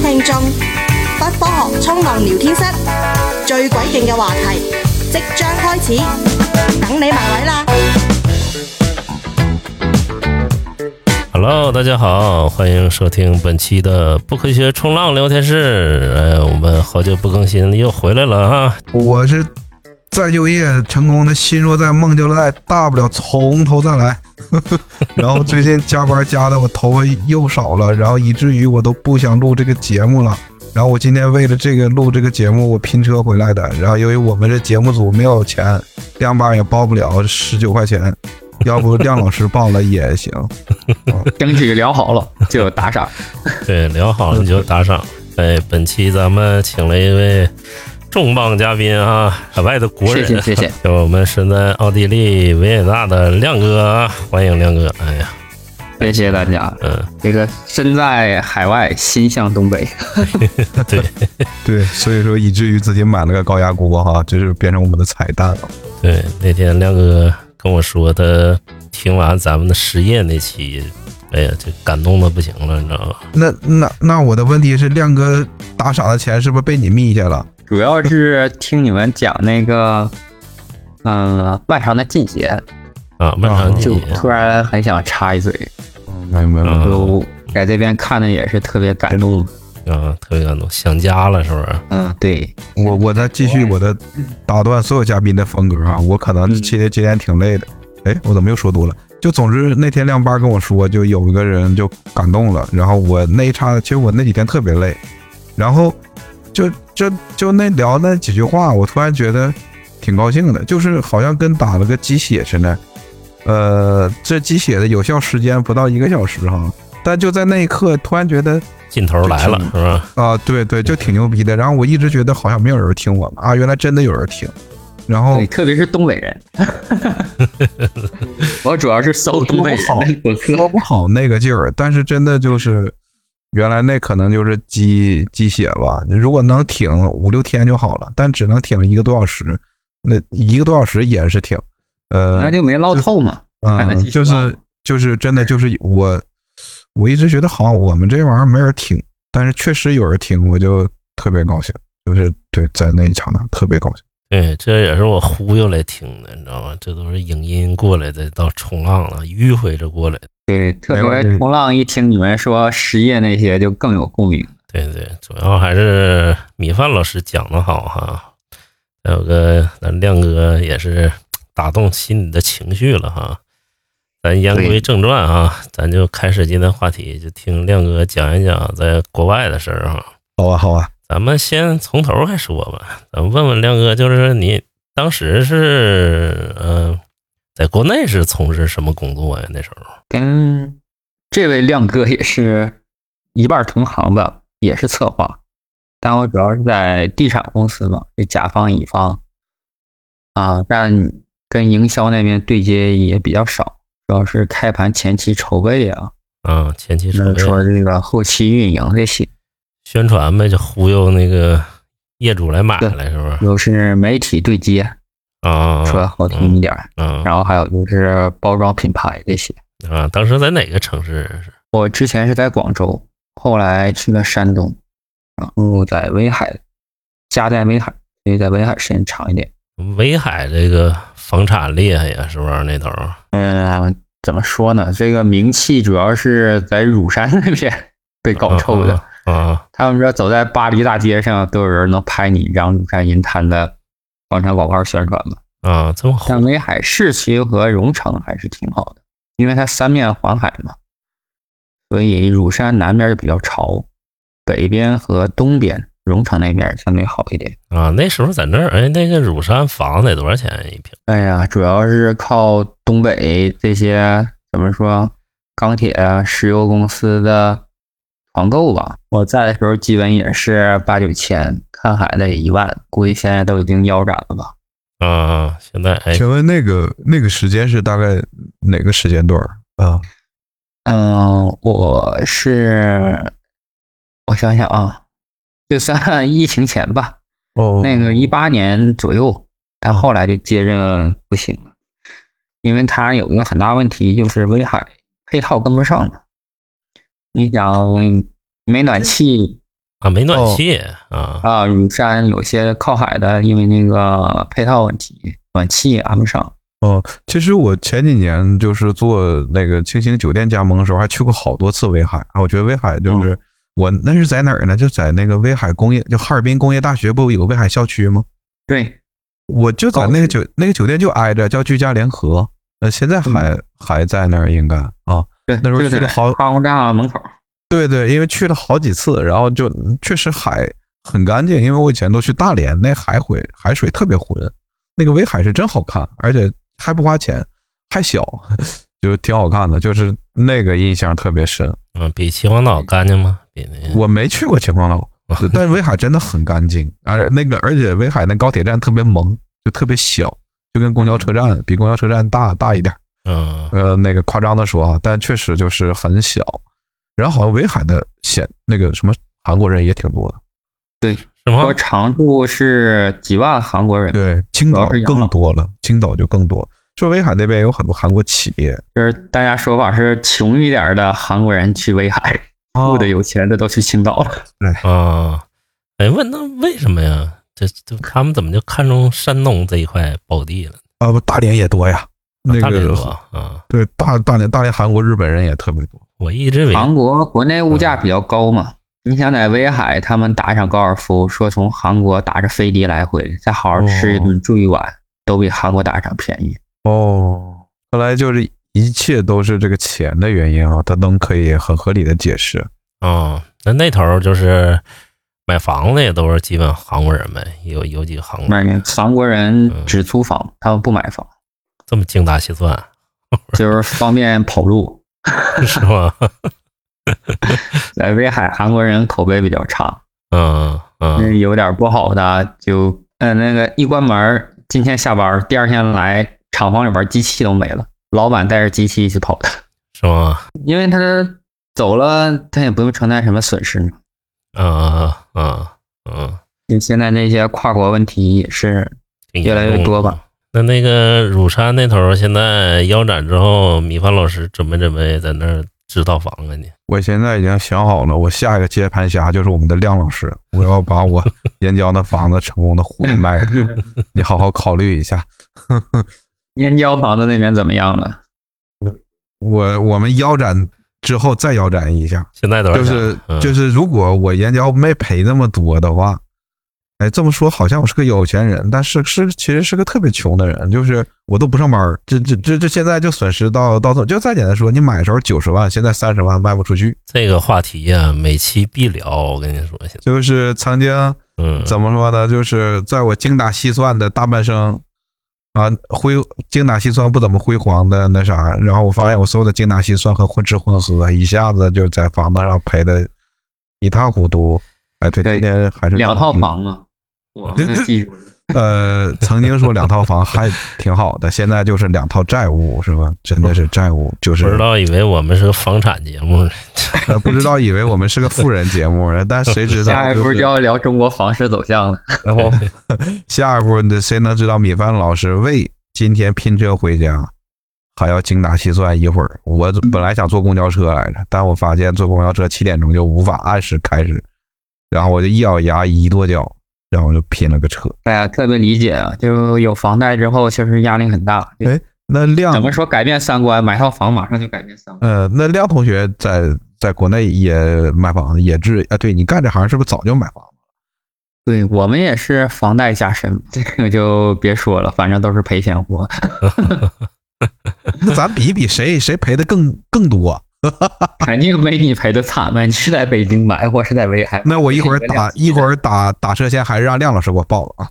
聽眾，百科學衝浪聊天室最鬼勁嘅話題即將開始，等你埋位啦！ Hello，大家好，欢迎收听本期的不科学冲浪聊天室。哎，我们好久不更新了，又回来了哈。我是再就业成功的，心若在，梦就在，大不了从头再来。 然后最近加班加的我头发又少了，然后以至于我都不想录这个节目了。然后我今天为了这个录这个节目，我拼车回来的。然后由于我们这节目组没有钱，亮爸也报不了十九块钱，要不亮老师报了也行。争取聊好 了就有打赏。对，聊好了就打赏。哎，本期咱们请了一位重磅嘉宾啊，海外的国人，谢谢谢谢就我们身在奥地利维也纳的亮哥啊，欢迎亮哥。哎呀，谢谢大家，嗯，这个身在海外，心向东北。对对，所以说以至于自己买了个高压锅哈，这是变成我们的彩蛋了。对，那天亮哥跟我说他听完咱们的实业那期，哎呀，就感动的不行了，你知道吗？那那那我的问题是，亮哥打赏的钱是不是被你密下了？ 主要是听你们讲那个，嗯、外场的进节，啊，漫长季就节。突然很想插一嘴，明白嗯就在这边看的也是特别感动。啊，特别感动，想家了是不是？嗯，对，我我再继续我的打断所有嘉宾的风格啊，我可能今天今天挺累的，哎，我怎么又说多了？就总之那天亮八跟我说，就有一个人就感动了，然后我那一刹，其实我那几天特别累，然后就就就那聊那几句话，我突然觉得挺高兴的，就是好像跟打了个鸡血似的，呃，这鸡血的有效时间不到一个小时哈，但就在那一刻突然觉得。劲头来了是吧？啊，对对，就挺牛逼的。然后我一直觉得好像没有人听我们啊，原来真的有人听。然后对，特别是东北 人，我主要是搜东北人的博客。说不好那个劲儿，但是真的就是原来那可能就是鸡鸡血吧。如果能挺五六天就好了，但只能挺一个多小时，那一个多小时也是挺。呃， 那就没唠透嘛，还能嗯，继续就是就是真的就是我，我一直觉得好像我们这玩意儿没人听，但是确实有人听，我就特别高兴。就是对，在那一刹那特别高兴。对，这也是我忽悠来听的，你知道吗？这都是影音过来的，到冲浪了，迂回着过来的。对，特没问别题冲浪一听你们说失业那些，就更有共鸣。对对，主要还是米饭老师讲的好哈，还有个咱亮哥也是打动心里的情绪了哈。咱言归对正传啊，咱就开始今天话题，就听亮哥讲一讲在国外的事儿哈。好啊，好啊，咱们先从头开始说吧，咱们问问亮哥，就是你当时是呃，在国内是从事什么工作呀？那时候跟这位亮哥也是一半同行吧，也是策划，但我主要是在地产公司嘛，这甲方乙方啊，但跟营销那边对接也比较少，主要是开盘前期筹备啊，啊，前期那准备说这个后期运营这些，宣传呗，就忽悠那个业主来买对来，是不是？又是媒体对接，啊，说好听一点儿，啊然后还有就是包装品牌这些。啊！当时在哪个城市？我之前是在广州，后来去了山东，然后在威海，家在威海，所以在威海时间长一点。威海这个房产厉害呀，是不是？那头儿嗯，怎么说呢？这个名气主要是在乳山那边被搞臭的。啊啊他们说走在巴黎大街上，都有人能拍你一张乳山银滩的房产广告宣传吧。啊啊，这么火但威海市区和荣城还是挺好的，因为它三面环海嘛，所以乳山南边就比较潮，北边和东边荣城那边相对好一点。啊！那时候在那儿，哎，那个乳山房得多少钱一平？哎呀，主要是靠东北这些怎么说钢铁啊、石油公司的团购吧。我在的时候基本也是八九千，看海的也一万，估计现在都已经腰斩了吧。啊啊！现在哎，请问那个那个时间是大概哪个时间段儿啊？嗯，我是我想想啊，就算疫情前吧，哦那个一八年左右，但后来就接着不行了，因为它有一个很大问题，就是威海配套跟不上了。你想没暖气，啊，没哦暖气、啊，啊，乳山有些靠海的，因为那个配套问题，暖气也安不上。其实我前几年就是做那个清新酒店加盟的时候，还去过好多次威海啊。我觉得威海就是、我那是在哪儿呢？就在那个威海工业，就哈尔滨工业大学不有个威海校区吗？对，我就在那个酒那个酒店就挨着，叫居家联合。呃，现在还、还在那儿应该啊。对，那时候就去在了好啊化工站门口。对对，因为去了好几次，然后就确实海很干净，因为我以前都去大连，那海水海水特别浑，那个威海是真好看，而且还不花钱，还小， 就挺好看的，就是那个印象特别深。嗯，比秦皇岛干净吗？比那我没去过秦皇岛，但是威海真的很干净，而那个而且威海那高铁站特别萌，就特别小，就跟公交车站比公交车站大大一点儿。嗯呃，那个夸张的说啊，但确实就是很小。然后好像威海的显那个什么韩国人也挺多的，是吗说？常住是几万韩国人，对，青岛主要是养更老多了，青岛就更多。说威海那边有很多韩国企业，就是大家说法是穷一点的韩国人去威海，哦富的有钱的都去青岛了。啊，哎，问那为什么呀？这这他们怎么就看中山东这一块宝地了？啊，不，大连也多呀。那大连个多啊，对大大连大连韩国日本人也特别多，我一直以为韩国国内物价比较高嘛，你想在威海他们打一场高尔夫，说从韩国打着飞的来回，再好好吃一顿住一晚，都比韩国打一场便宜。哦，看来就是一切都是这个钱的原因啊，他能可以很合理的解释。啊，那那头儿就是买房子也都是基本韩国人呗，有有几个韩国人那韩国人只租房，他们不买房，这么精打细算， 就是方便跑路。是吗？ 在威海，韩国人口碑比较差，嗯嗯，嗯，有点不好的就，呃，那个一关门儿，今天下班儿，第二天来厂房里边儿机器都没了，老板带着机器一起跑的， 是吗？因为他走了，他也不用承担什么损失呢。嗯嗯嗯，就现在这些跨国问题也是，挺越来越严重多的吧。嗯那那个乳山那头儿现在腰斩之后，米饭老师准备准备在那儿支套房啊了呢？我现在已经想好了，我下一个接盘侠就是我们的亮老师，我要把我岩礁那房子成功的互卖了，你好好考虑一下。燕郊房子那边怎么样了？我我们腰斩之后再腰斩一下，现在多少就钱？是嗯就是，如果我岩礁没赔那么多的话，哎，这么说好像我是个有钱人，但是是其实是个特别穷的人，就是我都不上班儿，这这这这现在就损失到到头，就再简单说，你买的时候九十万，现在三十万卖不出去，这个话题呀、每期必聊。我跟你说，现在就是曾经。嗯，怎么说呢？就是在我精打细算的大半生啊，辉精打细算不怎么辉煌的那啥，然后我发现我所有的精打细算和混吃混喝，一下子就在房子上赔的一塌糊涂。哎，对，对今天还是两套。房啊，我们的技术呃，曾经说两套房还挺好的，现在就是两套债务，是吧？真的是债务，就是不知道以为我们是个房产节目呢。呃不知道以为我们是个富人节目，但谁知道、下一就步是就要聊中国房市走向 了。然后下一步，你谁能知道米饭老师为啊今天拼车回家，还要精打细算一会儿？我本来想坐公交车来着，但我发现坐公交车七点钟就无法按时开始，然后我就一咬牙一跺脚，然后我就拼了个车。哎呀，特别理解啊，就有房贷之后确实压力很大。哎那怎亮，么说改变三观？买套房马上就改变三观。呃，那亮同学在在国内也买房子，也是啊，对你干这行是不是早就买房子？对我们也是房贷加深，这个就别说了，反正都是赔钱货。那咱比一比谁谁赔的更更多。 肯定没你赔的惨呗！你是在北京买，我是在威海买。那我一会儿这个打两一会儿打打车先，还是让亮老师给我报了啊。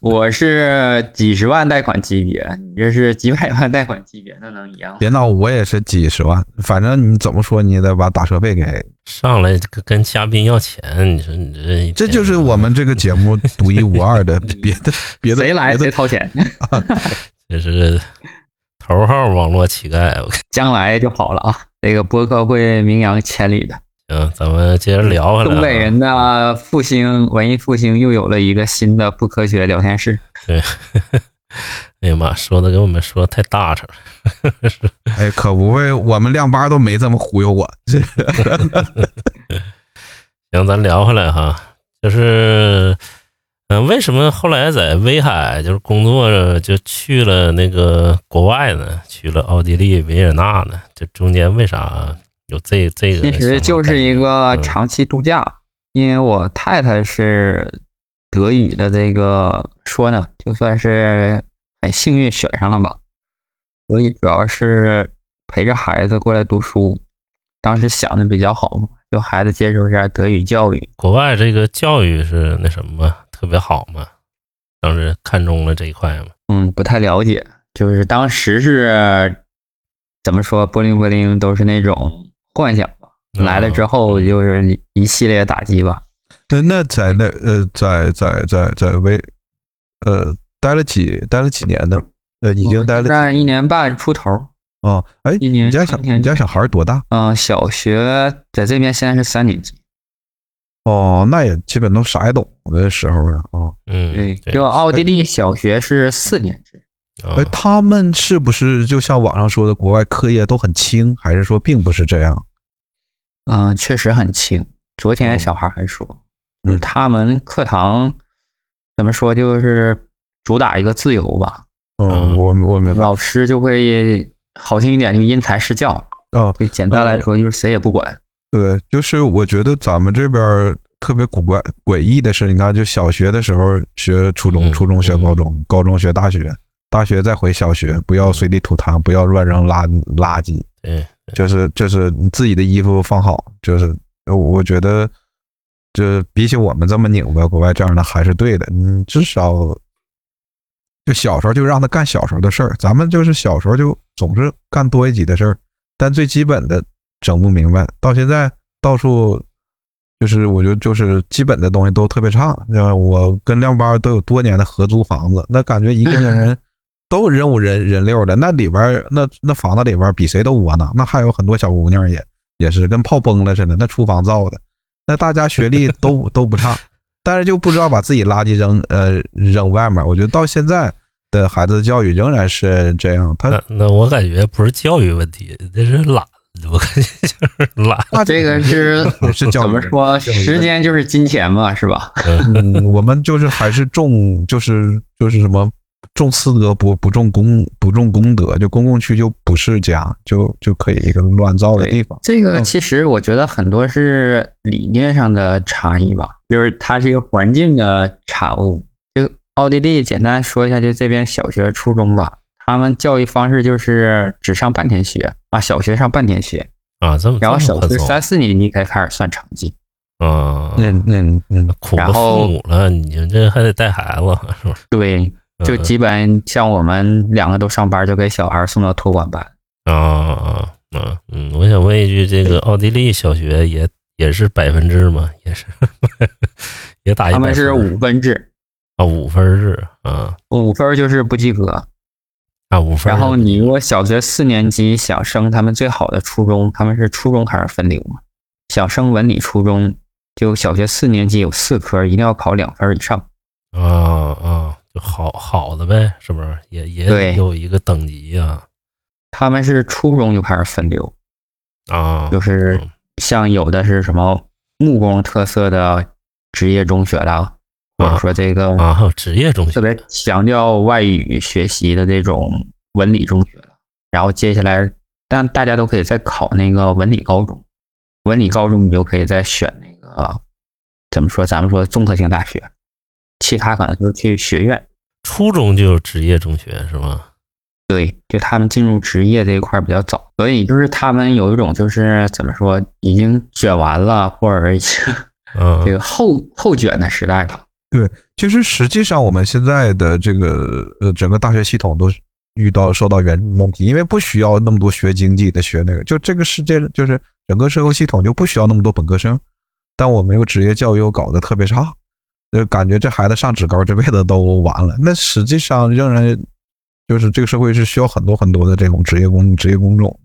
我是几十万贷款级别，你这是几百万贷款级别，那能一样吗？别闹，我也是几十万，反正你怎么说，你也得把打车费给。 上来跟跟嘉宾要钱，你说你这这就是我们这个节目独一无二的，别的别的嗯谁来别谁的掏钱，这是头号网络乞丐。我跟将来就好了啊！这个播客会名扬千里的。你讲，咱们接着聊回来啊。东北人的复兴，文艺复兴又有了一个新的不科学聊天室。对， 哎呀妈，说的给我们说太大声了。哎，可不会，我们亮八都没这么忽悠我。这行，咱聊回来哈，就是，嗯、为什么后来在威海就是工作着就去了那个国外呢？去了奥地利、维也纳呢？这中间为啥有这这个想其法？实就是一个嗯长期度假，因为我太太是德语的这个说呢，就算是很幸运选上了吧。所以主要是陪着孩子过来读书，当时想的比较好嘛，就孩子接受一下德语教育。国外这个教育是那什么特别好嘛？当时看中了这一块嘛？嗯，不太了解，就是当时是怎么说，波灵波灵都是那种幻想吧。来了之后就是一一系列打击吧。那那在那呃，在在在在威，呃，待了几待了几年呢？呃，已经待了几大概一年半出头，哦，哎，你一年家小春天你家小孩儿多大？嗯、小学在这边现在是三年级，哦，那也基本都啥也懂的时候了啊。嗯，对，对只有奥地利小学是四年制，啊哎，他们是不是就像网上说的，国外课业都很轻，还是说并不是这样？嗯、确实很轻。昨哦天小孩还说，就是嗯他们课堂怎么说，就是主打一个自由吧，嗯嗯，我我明白。老师就会好听一点就因材施教，哦，就简单来说就是谁也不管。对，就是我觉得咱们这边儿特别古怪诡异的是，你看，就小学的时候学初中，嗯初中学嗯高中，高中学大学，大学再回小学，不要随地吐痰，不要乱扔垃垃圾，对，就是就是你自己的衣服放好，就是我我觉得，就是比起我们这么拧巴，国外这样的还是对的，你至少就小时候就让他干小时候的事儿，咱们就是小时候就总是干多一级的事儿，但最基本的整不明白，到现在到处就是我觉得就是基本的东西都特别差。那我跟亮八都有多年的合租房子，那感觉一个 人都人五人人六的，那里边儿那那房子里边儿比谁都窝囊，那还有很多小姑娘也也是跟泡崩了似的，那厨房造的，那大家学历都都不差，但是就不知道把自己垃圾扔呃扔外面儿。我觉得到现在的孩子教育仍然是这样，他呃那那我感觉不是教育问题，这是懒，我感觉就是懒。那这个是是教育怎么说？教育问题时间就是金钱嘛，是吧？嗯，我们就是还是重，就是就是什么重私德不不重公不重公德，就公共区就不是家，就就可以一个乱造的地方。这个嗯其实我觉得很多是理念上的差异吧，就是它是一个环境的产物。就奥地利简单说一下，就这边小学、初中吧，他们教育方式就是只上半天学啊，小学上半天学，啊，这么然后这小么宽学松三四年级才开始算成绩。啊，那嗯，苦然了后父母了，你这还得带孩子，是不是？对，就嗯基本像我们两个都上班，就给小孩送到托管班。啊啊啊！嗯，我想问一句，这个奥地利小学也也是百分制吗？也是，也打一他百分们哎儿是五分制，啊，五分儿制啊五分儿就是不及格。啊，五分儿然制。后你如果小学四年级想升他们最好的初中，他们是初中开始分流嘛？想升文理初中，就小学四年级有四科，一定要考两分以上。啊啊，就好好的呗，是不是？也也对有一个等级啊他们是初中就开始分流，啊，就是嗯像有的是什么木工特色的职业中学啦，或者说这个啊，还有职业中学特别强调外语学习的这种文理中学了。然后接下来，但大家都可以再考那个文理高中，文理高中你就可以再选那个怎么说？咱们说综合性大学，其他可能就是去学院。初中就有职业中学是吗？对，就他们进入职业这一块比较早，所以就是他们有一种就是怎么说，已经卷完了，或者已经 嗯这个后后卷的时代了。其实实际上我们现在的这个呃整个大学系统都是遇到受到严重问题，因为不需要那么多学经济的学那个，就这个世界就是整个社会系统就不需要那么多本科生，但我们又职业教育又搞得特别差，就感觉这孩子上职高这辈子都完了。那实际上仍然就是这个社会是需要很多很多的这种职业工职业工种。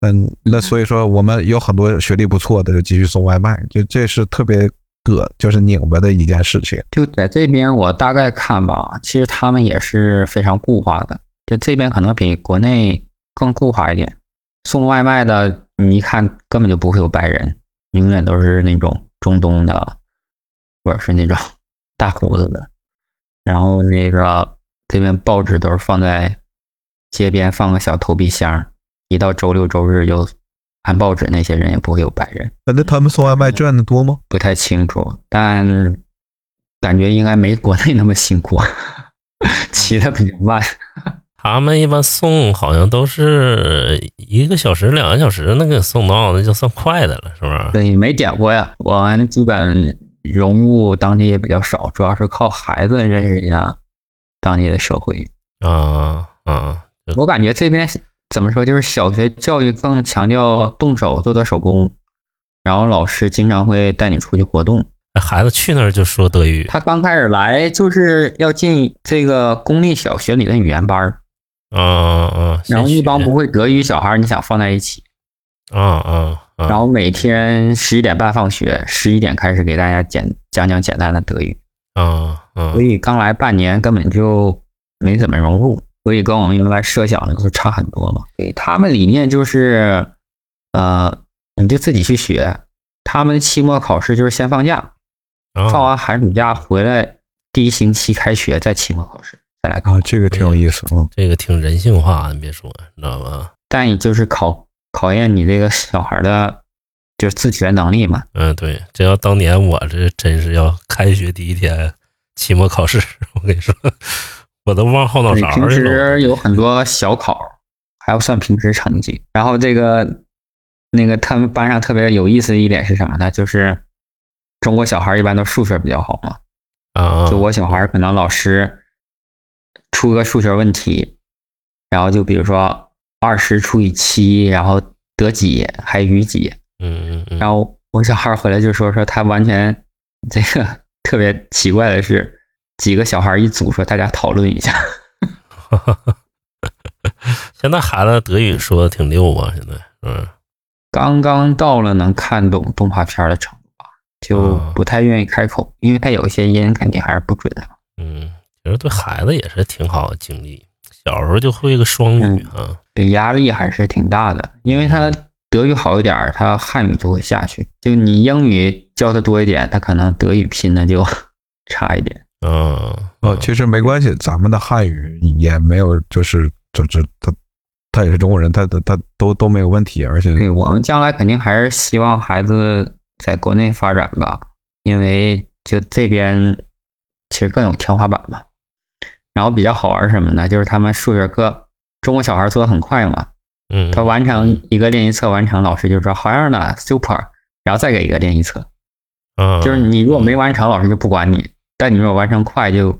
嗯，那所以说我们有很多学历不错的就继续送外卖，就这是特别葛，就是拧巴的一件事情。就在这边，我大概看吧，其实他们也是非常固化的，就这边可能比国内更固化一点。送外卖的，你一看根本就不会有白人，永远都是那种中东的，或者是那种 大胡子的，然后那个这边报纸都是放在街边放个小投币箱，一到周六周日就看报纸，那些人也不会有白人，那那他们送外卖赚的多吗？不太清楚，但感觉应该没国内那么辛苦， 骑的比较慢。他们一般送好像都是一个小时、两个小时，那个送到那就算快的了，是不是？对，没点过呀。我们基本融入当地也比较少，主要是靠孩子认识一下当地的社会。啊啊，就我感觉这边怎么说，就是小学教育更强调动手做做手工，然后老师经常会带你出去活动。孩子去那儿就说德语，他刚开始来就是要进这个公立小学理论语言班儿，啊啊，然后一帮先不会德语小孩儿，你想放在一起，学啊啊啊，然后每天十一点半放学，十一点开始给大家简讲讲简单的德语。啊啊所以刚来半年根本就没怎么融入，所以跟我们原来设想的就差很多嘛。对他们理念就是，呃，你就自己去学。他们期末考试就是先放假，放啊，完寒暑假回来第一星期开学再期末考试再来考，啊，这个挺有意思啊。这个挺人性化的，你别说，你知道吧？但也就是考考验你这个小孩的就是自学能力嘛。嗯，对，这要当年我这真是要开学第一天期末考试，我跟你说， 我都忘后脑你勺平去了。时有很多小考，还要算平时成绩。然后这个那个他们班上特别有意思的一点是啥呢？就是中国小孩一般都数学比较好嘛，啊啊就我小孩可能老师出个数学问题，然后就比如说二十除以七，然后得几还余几，嗯嗯嗯，然后我小孩回来就说说他完全这个特别奇怪的是。几个小孩一组，说大家讨论一下，现在孩子德语说的挺溜啊，现在，嗯刚刚到了能看懂动画片儿的程度吧，就啊不太愿意开口，因为它有一些音肯定还是不准的。嗯，其实对孩子也是挺好的经历。小时候就会个双语嗯啊，对，压力还是挺大的，因为他德语好一点儿，他汉语就会下去。就你英语教的多一点，他可能德语拼的就 差一点。啊哦，其实没关系，咱们的汉语也没有，就是这这他他也是中国人，他他他都都没有问题，而且对我们将来肯定还是希望孩子在国内发展吧，因为就这边其实更有天花板嘛。然后比较好玩儿是什么呢？就是他们数学课，中国小孩儿做的很快嘛，嗯，他完成一个练习册完成，老师就说好样的，super，然后再给一个练习册。啊，就是你如果没完成，老师就不管你；但你如果完成快，就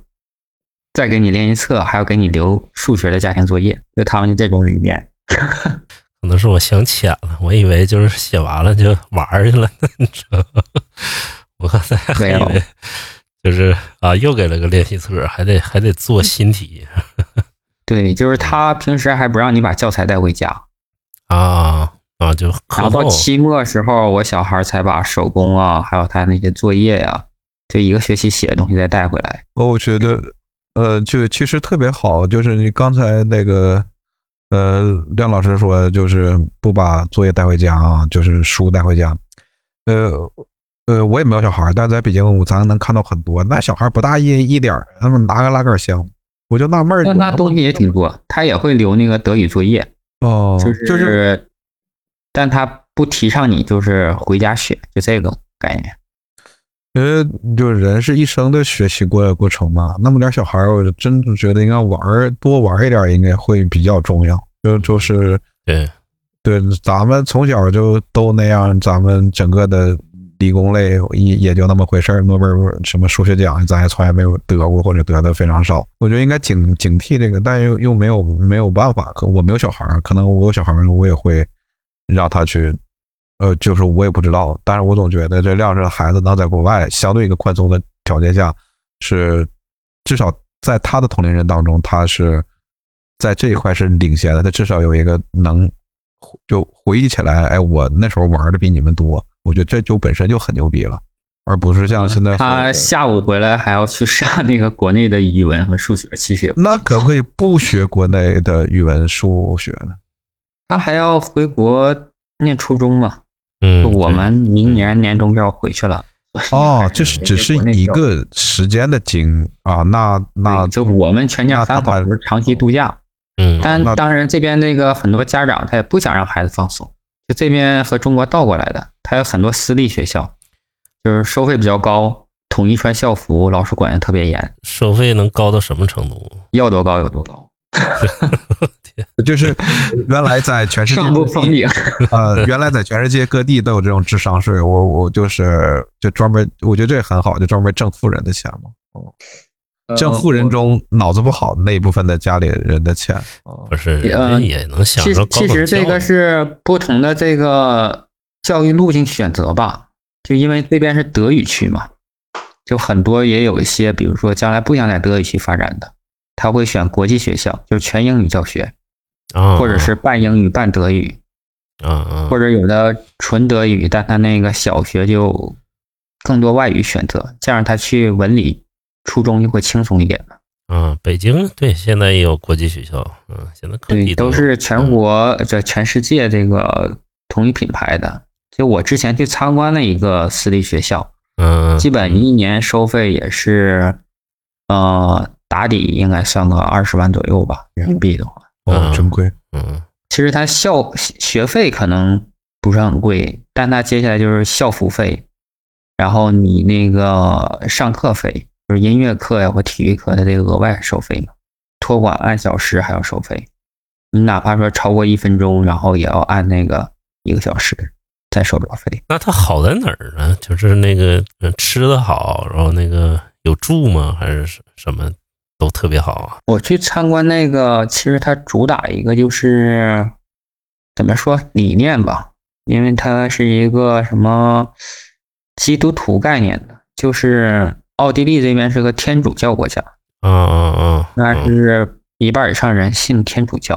再给你练习册，还要给你留数学的家庭作业。就他们就这种理念。可能是我想浅了，我以为就是写完了就玩儿去了，你知道吗？我刚才还没以有为就是啊，又给了个练习册，还得还得做新题对，就是他平时还不让你把教材带回家，啊啊，就然后课到后期末时候，我小孩才把手工啊，还有他那些作业呀、就一个学期写的东西再带回来。哦，我觉得，呃，就其实特别好，就是你刚才那个，呃，亮老师说，就是不把作业带回家啊，就是书带回家。呃呃，我也没有小孩儿，但在北京，我咱能看到很多，那小孩儿不大一一点儿，他们拿个拉杆箱，我就纳闷儿，但他东西也挺多，他也会留那个德语作业。哦，就是，就是但他不提倡你就是回家学，就这个概念。呃，就是人是一生的学习过过程嘛，那么点儿小孩儿，我真觉得应该玩儿多玩儿一点儿，应该会比较重要，就就是。对对，咱们从小就都那样，咱们整个的理工类也也就那么回事儿。诺贝尔什么数学奖，咱也从来没有得过，或者得的非常少。我觉得应该警警惕这个，但又又没有没有办法。可我没有小孩儿，可能我有小孩儿，我也会让他去，呃，就是我也不知道。但是我总觉得这亮这孩子能在国外相对一个宽松的条件下，是至少在他的同龄人当中，他是在这一块是领先的，他至少有一个能就回忆起来，哎，我那时候玩的比你们多，我觉得这就本身就很牛逼了，而不是像现在嗯他下午回来还要去上那个国内的语文和数学，其实也不那可不可以不学国内的语文数学呢？他还要回国念初中嘛。嗯，我对们明年年中就要回去了，嗯哦，这 是只是一个时间的经啊，那那就我们全家那他三口把不是长期度假，嗯，但那当然这边那个很多家长他也不想让孩子放松，就这边和中国倒过来的，他有很多私立学校，就是收费比较高，统一穿校服，老师管得特别严，收费能高到什么程度？要多高有多高，就是原来在全世界上不封顶。呃，原来在全世界各地都有这种智商税，我我就是就专门，我觉得这很好，就专门挣富人的钱嘛。呃挣富人中脑子不好的那一部分的家里人的钱，不是，也人家也能享呃受其实高其等实这教个育是不同的这个教育路径选择吧，就因为这边是德语区嘛，就很多也有一些，比如说将来不想在德语区发展的，他会选国际学校，就是全英语教学，啊，或者是半英语半德语，啊啊，或者有的纯德语，但他那个小学就更多外语选择，这样他去文理初中就会轻松一点嘛。啊，北京对，现在也有国际学校，嗯，现在各对，地都有是全国这全世界这个同一品牌的。就我之前去参观了一个私立学校，嗯，基本一年收费也是，呃，打底应该算个二十万左右吧，人民币的话。哦，真贵。嗯其实它校学费可能不是很贵，但它接下来就是校服费，然后你那个上课费，就是音乐课呀或体育课，它得额外收费嘛。托管按小时还要收费，你哪怕说超过一分钟，然后也要按那个一个小时再收多少费。那它好在哪儿呢？就是那个呃吃的好，然后那个有住吗？还是什什么都特别好啊？我去参观那个，其实它主打一个就是怎么说理念吧，因为它是一个什么基督徒概念的，就是奥地利这边是个天主教国家，啊啊啊！那嗯是一半以上人信天主教，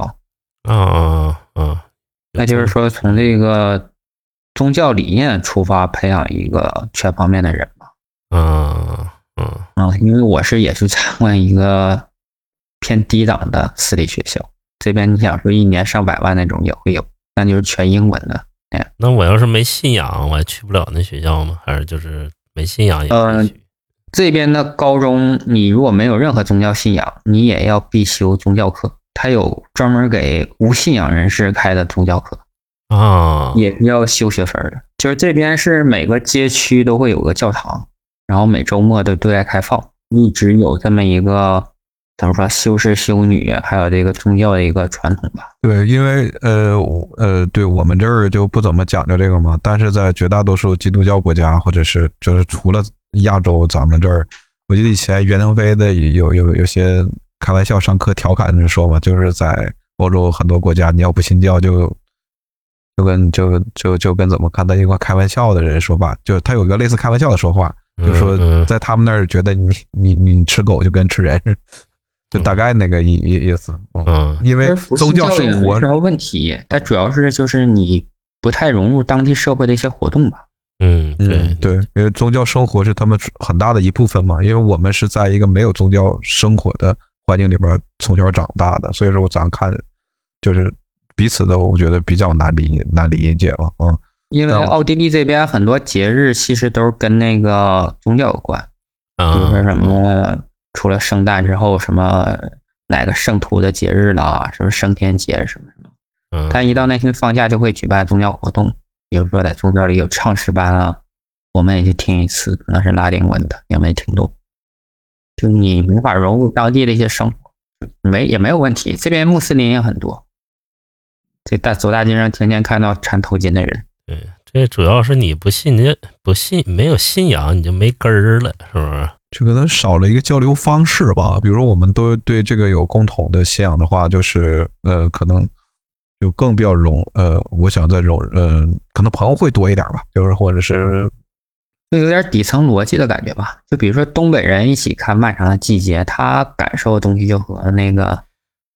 啊啊啊啊！那就是说从这个宗教理念出发培养一个全方面的人吧。啊嗯啊、因为我是也去参观一个偏低档的私立学校，这边你想说一年上百万那种也会有，但就是全英文的。那我要是没信仰，我还去不了那学校吗？还是就是没信仰也可以呃去？这边的高中，你如果没有任何宗教信仰，你也要必修宗教课。它有专门给无信仰人士开的宗教课，啊，也是要修学分的。就是这边是每个街区都会有个教堂，然后每周末都对外开放，一直有这么一个怎么说修士修女，还有这个宗教的一个传统吧。对，因为呃我呃，对我们这儿就不怎么讲究这个嘛，但是在绝大多数基督教国家，或者是就是除了亚洲，咱们这儿，我记得以前袁腾飞的有有有些开玩笑上课调侃着说嘛，就是在欧洲很多国家，你要不信教就就跟就就就跟怎么看待一块开玩笑的人说吧，就他有一个类似开玩笑的说话，嗯就说嗯在他们那儿觉得你你你吃狗就跟吃人似 的，就大概那个意意意思，嗯嗯因为其实服宗饰教教育生活没什么问题，但主要是就是你不太融入当地社会的一些活动吧。嗯对嗯，对，因为宗教生活是他们很大的一部分嘛。因为我们是在一个没有宗教生活的环境里边从小长大的，所以说咱看就是彼此的，我觉得比较难理难理解了。嗯，因为那我奥地利这边很多节日其实都是跟那个宗教有关，比如说嗯啊什么除了圣诞之后，什么哪个圣徒的节日啦，什么升天节什么什么。嗯但一到那天放假就会举办宗教活动，比如说在宗教里有唱诗班啊，我们也去听一次，那是拉丁文的，也没听懂。就你没法融入当地的一些生活，没也没有问题。这边穆斯林也很多，这大走大街上天天看到缠头巾的人。对，这主要是你不信，你不信没有信仰，你就没根儿了，是不是？这可能少了一个交流方式吧。比如说我们都对这个有共同的信仰的话，就是呃，可能就更比较容呃，我想在容呃，可能朋友会多一点吧，就是或者是就有点底层逻辑的感觉吧，就比如说东北人一起看《漫长的季节》，他感受的东西就和那个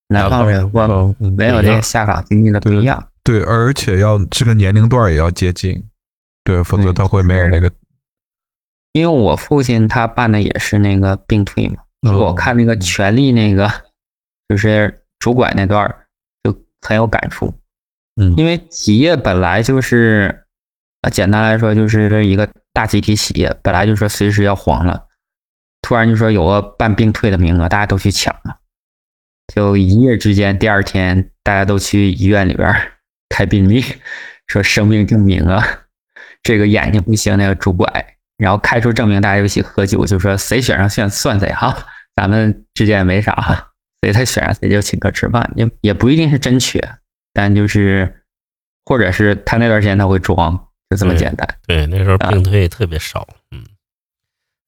南方人或嗯嗯没有那个下岗经历的不一样。对，而且要这个年龄段儿也要接近，对，否则对他会没有那个因为我父亲他办的也是那个病退嘛，哦我看那个权力那个就是主管那段儿就很有感触，嗯因为企业本来就是那简单来说，就是一个大集体企业，本来就说随时要黄了，突然就说有个半病退的名额，大家都去抢了，就一夜之间，第二天大家都去医院里边儿开病历，说生病证明啊，这个眼睛不行，那个拄拐，然后开出证明，大家又一起喝酒，就说谁选上算算谁哈， 咱们之间也没啥，谁他选上谁就请客吃饭，也也不一定是真缺，但就是或者是他那段时间他会装，就这么对简单。对，那时候啊病退特别少，嗯，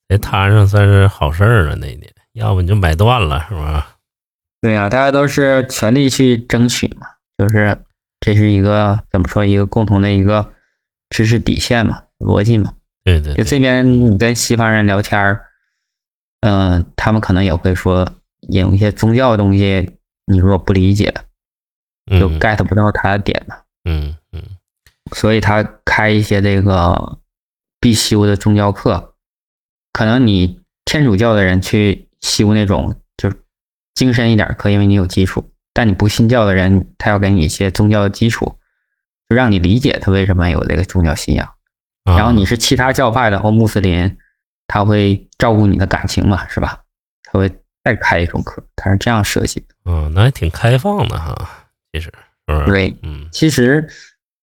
在摊上算是好事儿了那一年，要不你就买断了，是吧？对啊呀、大家都是全力去争取嘛，就是这是一个怎么说一个共同的一个知识底线嘛，逻辑嘛。对对就对，这边你跟西方人聊天儿，嗯、他们可能也会说有一些宗教的东西，你如果不理解，就嗯 get 不到他的点嘛。嗯嗯所以他开一些这个必修的宗教课，可能你天主教的人去修那种就是精深一点课，因为你有基础；但你不信教的人，他要给你一些宗教的基础，就让你理解他为什么有这个宗教信仰。啊然后你是其他教派的或穆斯林，他会照顾你的感情嘛，是吧？他会再开一种课，他是这样设计的。嗯，那还挺开放的哈，其实是不是？对，嗯其实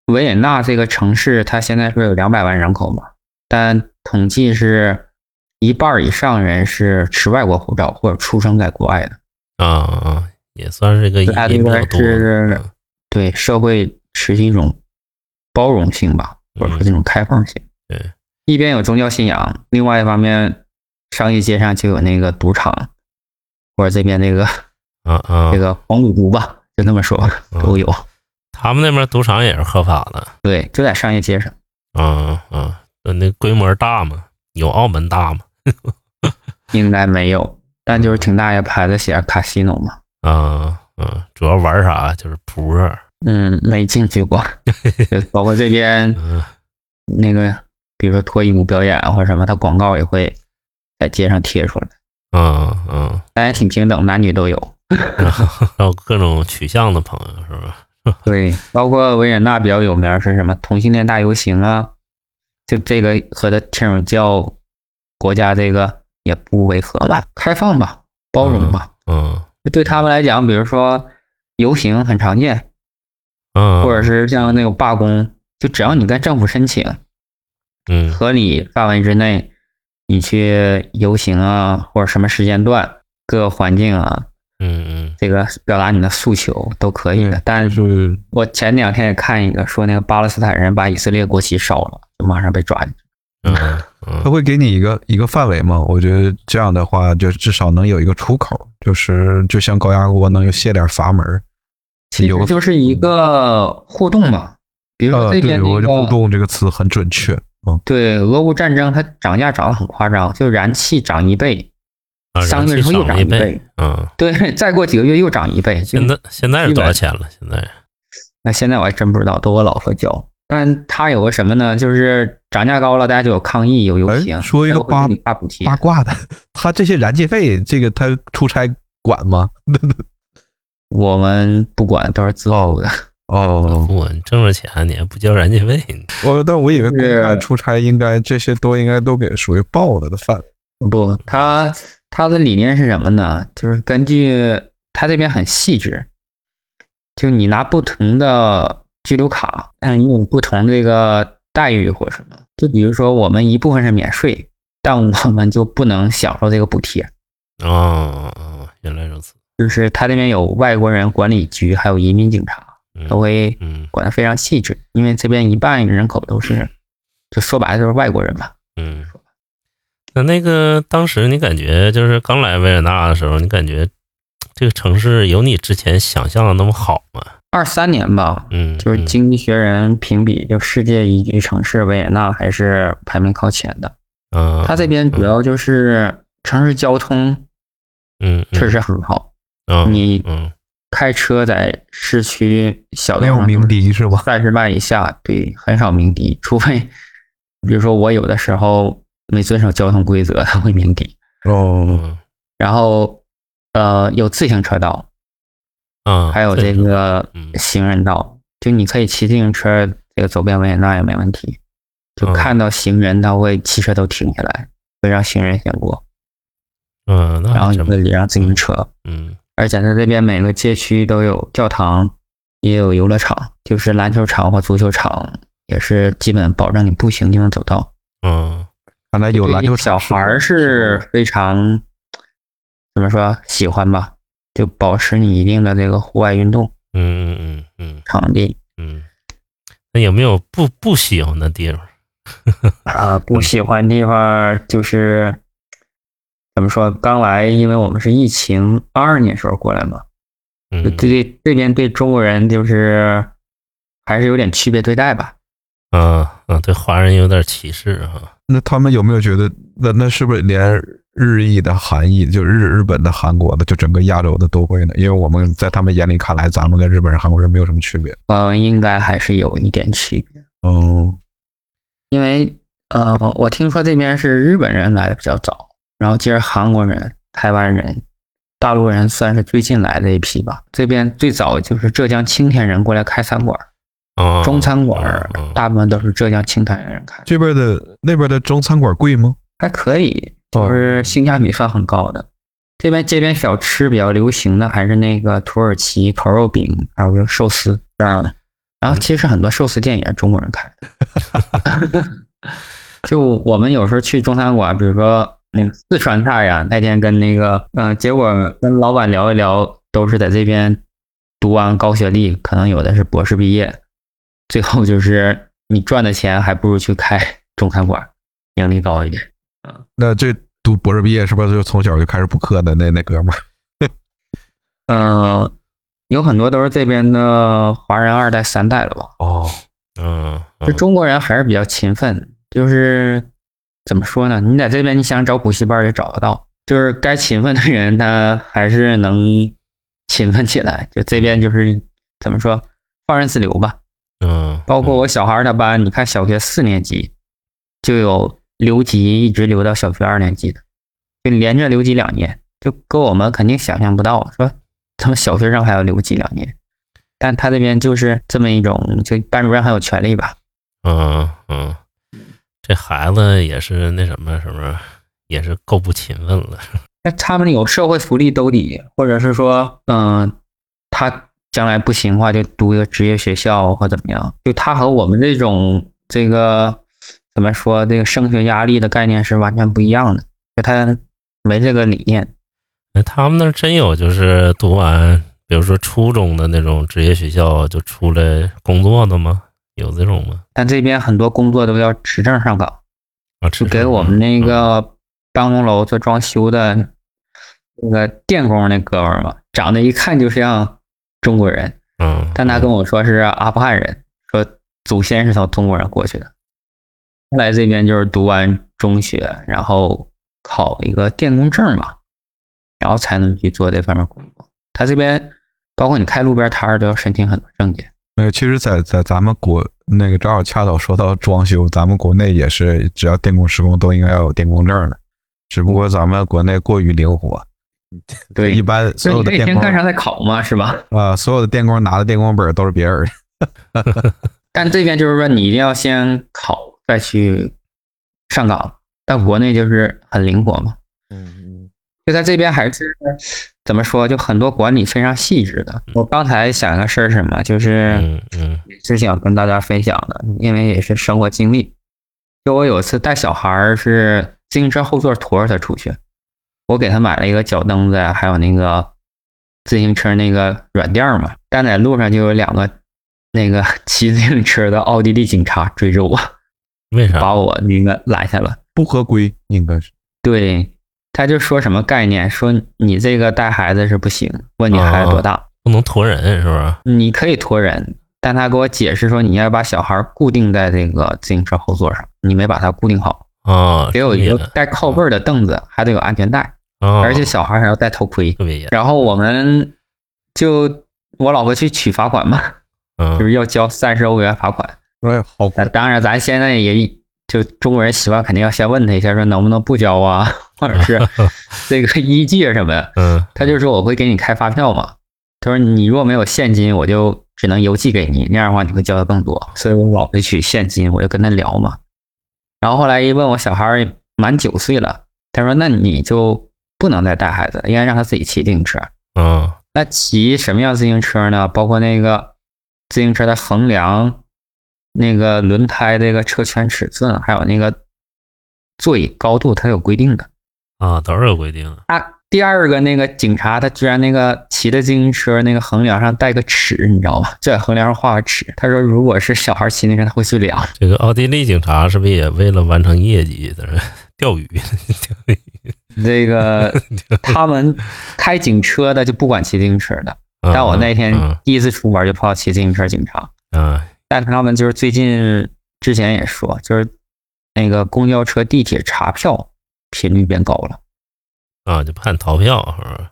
维也纳这个城市，它现在是有两百万人口嘛，但统计是一半儿以上人是持外国护照或者出生在国外的。啊啊，也算是一个移对啊，这民比较边多是的，嗯对社会持续一种包容性吧，或者说这种开放性。嗯对，一边有宗教信仰，另外一方面，商业街上就有那个赌场，或者这边那个嗯啊啊这，个黄赌毒吧，就那么说吧，都有。他们那边赌场也是合法的，对，就在商业街上。啊啊，那规模大吗？有澳门大吗？应该没有，但就是挺大一个牌子写着 casino 嘛。啊啊，主要玩啥？就是扑克，嗯，没进去过，就包括这边嗯那个，比如说脱衣舞表演啊或者什么，它广告也会在街上贴出来，啊啊，但也挺平等，男女都有。然后还有各种取向的朋友，是吧？对，包括维也纳比较有名是什么同性恋大游行啊，就这个和它天主教国家这个也不违和吧，开放吧，包容吧。嗯对他们来讲，比如说游行很常见，嗯，或者是像那种罢工，就只要你跟政府申请，嗯合理范围之内，你去游行啊，或者什么时间段、各个环境啊，嗯这个表达你的诉求都可以的。但是是我前两天也看一个说，那个巴勒斯坦人把以色列国旗烧了，就马上被抓进去。嗯 嗯嗯他会给你一个一个范围嘛？我觉得这样的话，就至少能有一个出口，就是就像高压锅能有卸点阀门儿，其有实个就是一个互动嘛，比如呃，说这对，边我觉那得互个动这个词很准确，嗯，对俄乌战争，它涨价涨得很夸张，就燃气涨一倍，啊，三个月人之气后又涨涨一一倍倍，嗯，对， 再过几个月又涨一倍，就现在现在是多少钱了？现在那现在我还真不知道，都我老婆教。但他有个什么呢？就是涨价高了，大家就有抗议，有游行，哎说一个八大补贴八。卦的，他这些燃气费，这个他出差管吗？我们不管，都是自付的。哦，我挣着钱，你还不交燃气费？我但我以为公是干出差应该这些都应该都给属于报了的范围，不，他他的理念是什么呢？就是根据他这边很细致，就你拿不同的居留卡，看你有不同这个待遇或什么。就比如说，我们一部分是免税，但我们就不能享受这个补贴。哦哦，原来如此，就是他那边有外国人管理局，还有移民警察，嗯都会嗯管得非常细致，因为这边一半人口都是，就说白了就是外国人吧。嗯。那那个当时你感觉就是刚来维也纳的时候，你感觉这个城市有你之前想象的那么好吗？二三年吧，嗯，就是嗯经济学人评比，就世界宜居城市维也纳还是排名靠前的。嗯，它这边主要就是城市交通嗯嗯确实很好，嗯你嗯开车在市区小没道有上鸣笛是吧？三十万以下，对，很少鸣笛，除非比如说我有的时候没遵守交通规则，他会鸣笛。哦，嗯然后呃，有自行车道，嗯，还有这个嗯行人道，就你可以骑自行车，这个走遍维也纳也没问题。就嗯看到行人，他会汽车都停下来，会让行人先过，嗯，那然后还也真会礼让自行车。嗯而且它这边每个街区都有教堂，也有游乐场，就是篮球场或足球场，也是基本保证你步行就能走到。嗯看来有篮球场小孩儿是非常怎么说喜欢吧，就保持你一定的这个户外运动嗯嗯嗯嗯场地嗯，那有没有不不喜欢的地方？啊。不喜欢的地方就是怎么说，刚来，因为我们是疫情二二年时候过来嘛，嗯就对对这边对中国人就是还是有点区别对待吧。啊啊，对华人有点歧视啊。那他们有没有觉得，那那是不是连日裔的、韩裔，就日日本的、韩国的，就整个亚洲的都会呢？因为我们在他们眼里看来，咱们跟日本人、韩国人没有什么区别。嗯，应该还是有一点区别，嗯，因为呃，我我听说这边是日本人来的比较早，然后接着韩国人、台湾人、大陆人算是最近来的一批吧。这边最早就是浙江青田人过来开餐馆儿，啊，中餐馆儿啊啊大部分都是浙江青田人开，这边的那边的中餐馆贵吗？还可以，哦就是性价比算很高的。这边街边小吃比较流行的还是那个土耳其烤肉饼，还有寿司这样的。然后其实很多寿司店也是中国人开的。就我们有时候去中餐馆，比如说那个四川菜呀，那天跟那个嗯、呃结果跟老板聊一聊，都是在这边读完高学历，可能有的是博士毕业，最后就是你赚的钱还不如去开中餐馆，盈利高一点。那这读博士毕业是不是就从小就开始补课的那那哥们儿？ 嗯，有很多都是这边的华人二代、三代了吧？哦，嗯，就嗯中国人还是比较勤奋，就是怎么说呢？你在这边你想找补习班也找得到，就是该勤奋的人他还是能勤奋起来。就这边就是怎么说，放任自流吧。嗯，包括我小孩儿他班，你看小学四年级就有留级，一直留到小学二年级的，就连着留级两年，就跟我们肯定想象不到，说他们小学生还要留级两年，但他这边就是这么一种，就班主任很有权利吧，嗯嗯，这孩子也是那什么什么，也是够不勤奋了。那他们有社会福利兜底，或者是说，嗯，他将来不行的话，就读一个职业学校或怎么样。就他和我们这种这个怎么说，这个升学压力的概念是完全不一样的。就他没这个理念，哎，他们那儿真有，就是读完，比如说初中的那种职业学校就出来工作的吗？有这种吗？但这边很多工作都要持证上岗，啊，就就给我们那个办公楼做装修的那个电工那哥们儿嘛，长得一看就像中国人，嗯，但他跟我说是阿富汗人，说祖先是从中国人过去的，他来这边就是读完中学，然后考一个电工证嘛，然后才能去做这方面工作。他这边包括你开路边摊儿都要申请很多证件，那个其实在，在咱们国那个正好恰巧说到装修，咱们国内也是，只要电工施工都应该要有电工证的，只不过咱们国内过于灵活，对一般所所以有你的那电天工干啥在考嘛，是吧？啊、所有的电工拿的电工本都是别人的。但这边就是说你一定要先考再去上岗，但国内就是很灵活嘛。嗯就在这边还是怎么说，就很多管理非常细致的。嗯我刚才想个事儿是什么，就是嗯嗯也是想跟大家分享的，因为也是生活经历。就我有一次带小孩儿是自行车后座驮着他出去，我给他买了一个脚蹬子，啊还有那个自行车那个软垫儿嘛。但在路上就有两个那个 骑自行车的奥地利警察追着我，为啥？把我那个拦下了。不合规应该是对，他就说什么概念？说你这个带孩子是不行，问你孩子多大，不能驮人是不是？你可以驮人，但他给我解释说你要把小孩固定在这个自行车后座上，你没把它固定好，啊，得有特别一个严带靠背儿的凳子，还得有安全带，啊，而且小孩还要戴头盔。特别严，然后我们就我老婆去取罚款嘛，嗯就是要交三十欧元罚款。哎，好那当然，咱现在也就中国人习惯，肯定要先问他一下，说能不能不交啊，或者是这个依据是什么呀？嗯，他就说我会给你开发票嘛。他说你如果没有现金，我就只能邮寄给你，那样的话你会交的更多。所以我老是取现金，我就跟他聊嘛。然后后来一问我小孩儿满九岁了，他说那你就不能再带孩子了，应该让他自己骑自行车。嗯那骑什么样自行车呢？包括那个自行车的横梁、那个轮胎这个车圈尺寸，还有那个座椅高度，它有规定的。啊，都是有规定的。第二个，那个警察他居然那个骑的自行车那个横梁上带个尺，你知道吗？就在横梁上画个尺。他说，如果是小孩骑那车，他会去 量。这个奥地利警察是不是也为了完成业绩，在那 钓鱼？钓鱼这个他们开警车的就不管骑自行车的。嗯但我那天嗯第一次出门就碰到骑自行车警察，嗯但他们就是最近之前也说，就是那个公交车、地铁查票频率变高了。啊，就判逃票是吧？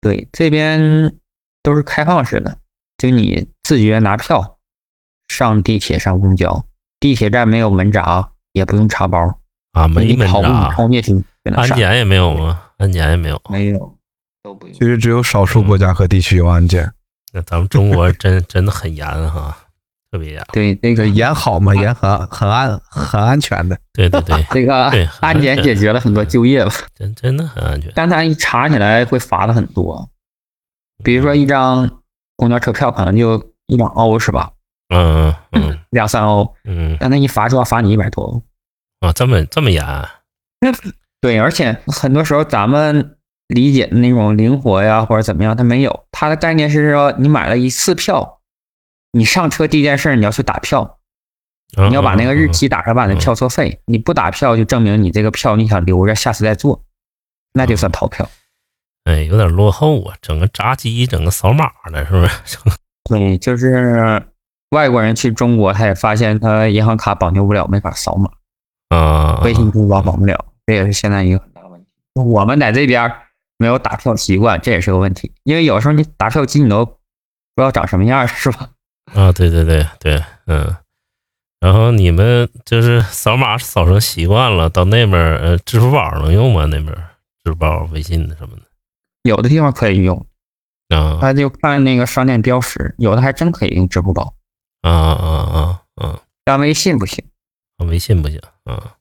对，这边都是开放式的，就你自觉拿票上地铁、上公交，地铁站没有门闸，也不用查包，啊，没你门跑步你闸，冲进去就能安上。检也没有吗？安检也没有。没有，都不用其。实只有少数国家和地区有安检，那咱们中国真 真的很严哈，特别严。对，那这个，盐好嘛，嗯盐很很安很安全的。对对对 这个对很安检解决了很多就业吧。真真的很安全。但他一查起来会罚的很多，比如说一张公交车票可能就一两欧是吧？嗯嗯两三欧，嗯嗯但他一罚就要罚你一百多欧。啊，这么这么严啊对，而且很多时候咱们理解的那种灵活呀或者怎么样，他没有，他的概念是说你买了一次票，你上车第一件事你要去打票，嗯你要把那个日期打上，把那票作废。你不打票就证明你这个票你想留着，下次再做，那就算逃票。哎，有点落后啊，整个炸鸡，整个扫码的，是不是？对，就是外国人去中国，他也发现他银行卡绑定不了，没法扫码，啊，微信、支付宝绑不了，这也是现在一个很大的问题。我们在这边儿没有打票习惯，这也是个问题，因为有时候你打票机你都不知道长什么样儿， 是吧？啊，对对对对，嗯。然后你们就是扫码扫成习惯了，到那边儿呃，支付宝能用吗？那边儿支付宝、微信什么有的地方可以用，的啊他就看那个商店标识，有的还真可以用支付宝，啊啊啊啊！但微信不行。啊，微信不行啊。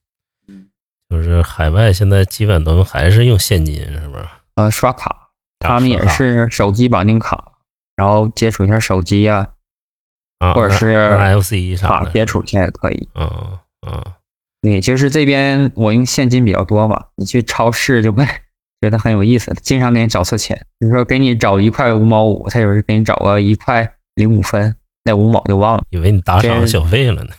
嗯就是海外现在基本都还是用现金，是不是？呃，刷卡，他啊们也是手机绑定卡，然后接触一下手机呀、啊，或者是 NFC 啥卡的。接触一下也可以。嗯嗯对，就是这边我用现金比较多嘛，你去超市就会觉得很有意思，经常给你找错钱，比如说给你找一块五毛五，他有时候给你找个一块零五分，那五毛就忘了。以为你打赏真小费了呢，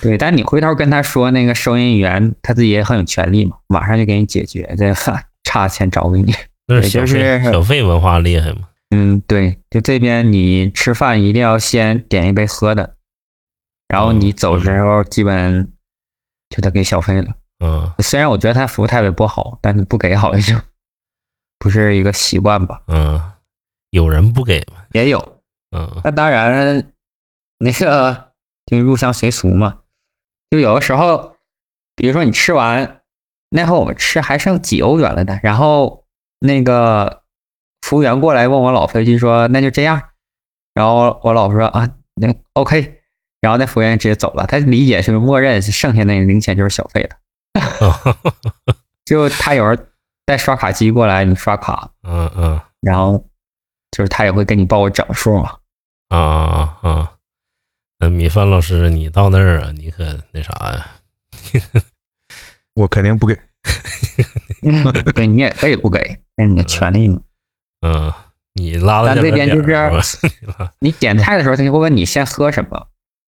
对，但你回头跟他说那个收银员，他自己也很有权利嘛，马上就给你解决这个差钱找给你。 那对小就费、是小费文化厉害吗？嗯，对，就这边你吃饭一定要先点一杯喝的，然后你走的时候基本就得给小费了。嗯虽然我觉得他服务态度不好，但是不给好像 不是一个习惯吧？嗯，有人不给吗？也有，嗯那当然，那个 就入乡随俗嘛。就有的时候，比如说你吃完，那会儿我们吃还剩几欧元了呢，然后那个 服务员过来问我老婆一句说：“那就这样。”然后我老婆说：“啊，那 OK。”然后那服务员直接走了，他理解是默认是剩下那零钱就是小费了。嗯就他有时候带刷卡机过来，你刷卡， 嗯嗯然后就是他也会跟你报个整 数嘛。啊啊啊！那米饭老师，你到那儿啊，你可那啥呀？我肯定不给。对，你也可以不给，那是你的权利嘛。嗯，你拉的咱这边点儿就是是吧 你拉你点菜的时候，他就会问你先喝什么。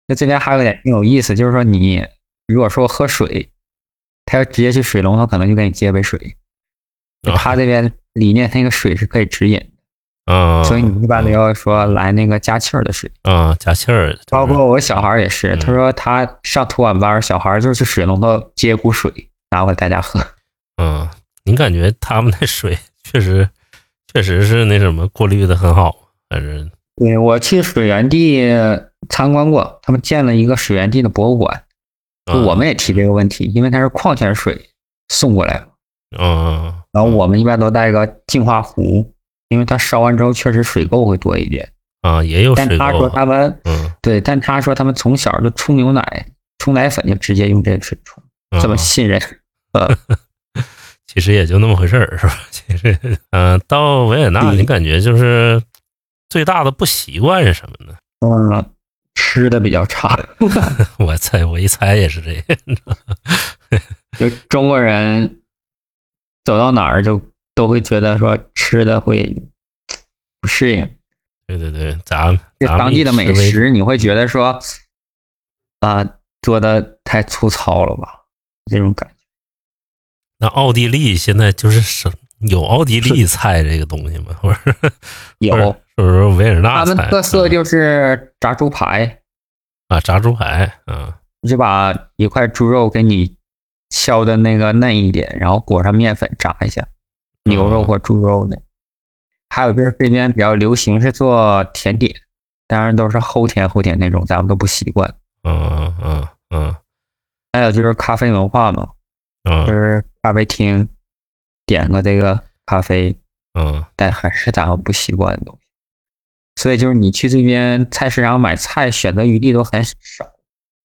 那这边还有一点挺有意思，就是说你如果说喝水，他要直接去水龙头，可能就给你接杯水。就啊他这边理念，那个水是可以直饮，嗯，所以你一般都要说来那个加气儿的水。啊加气儿，就是包括我小孩儿也是，嗯他说他上托管班儿，小孩儿就是去水龙头接股水，拿回来大家喝。嗯，你感觉他们那水确实确实是那什么过滤的很好，还是对我去水源地参观过，他们建了一个水源地的博物馆，嗯啊就我们也提这个问题，因为它是矿泉水送过来嘛，嗯然后我们一般都带个净化壶，因为它烧完之后确实水垢会多一点。啊也有但水他说垢，他们嗯对，但他说他们从小就冲牛奶，冲奶粉就直接用这个水冲，嗯这么信任？其实也就那么回事儿，是吧？ 其实，嗯、到维也纳，对你感觉就是最大的不习惯是什么呢？ 嗯，吃的比较差，我猜，我一猜也是这个。 就中国人走到哪儿就都会觉得说吃的会不适应，对对对，咱们这咱们当以地的美为嗯食你会觉得说啊、做的太粗糙了吧，这种感觉。那奥地利现在就是什有奥地利菜这个东西吗？ 或者有或者是不是维也纳他菜？们特色嗯就是炸猪排，啊，炸猪排，嗯，就把一块猪肉给你削的那个嫩一点，然后裹上面粉炸一下，牛嗯肉或猪肉的。还有就是这边比较流行是做甜点，当然都是齁甜齁甜那种，咱们都不习惯。嗯嗯嗯还有就是咖啡文化嘛，就嗯是咖啡厅点个这个咖啡，嗯但还是咱们不习惯的东西。所以就是你去这边菜市场买菜，选择余地都很少，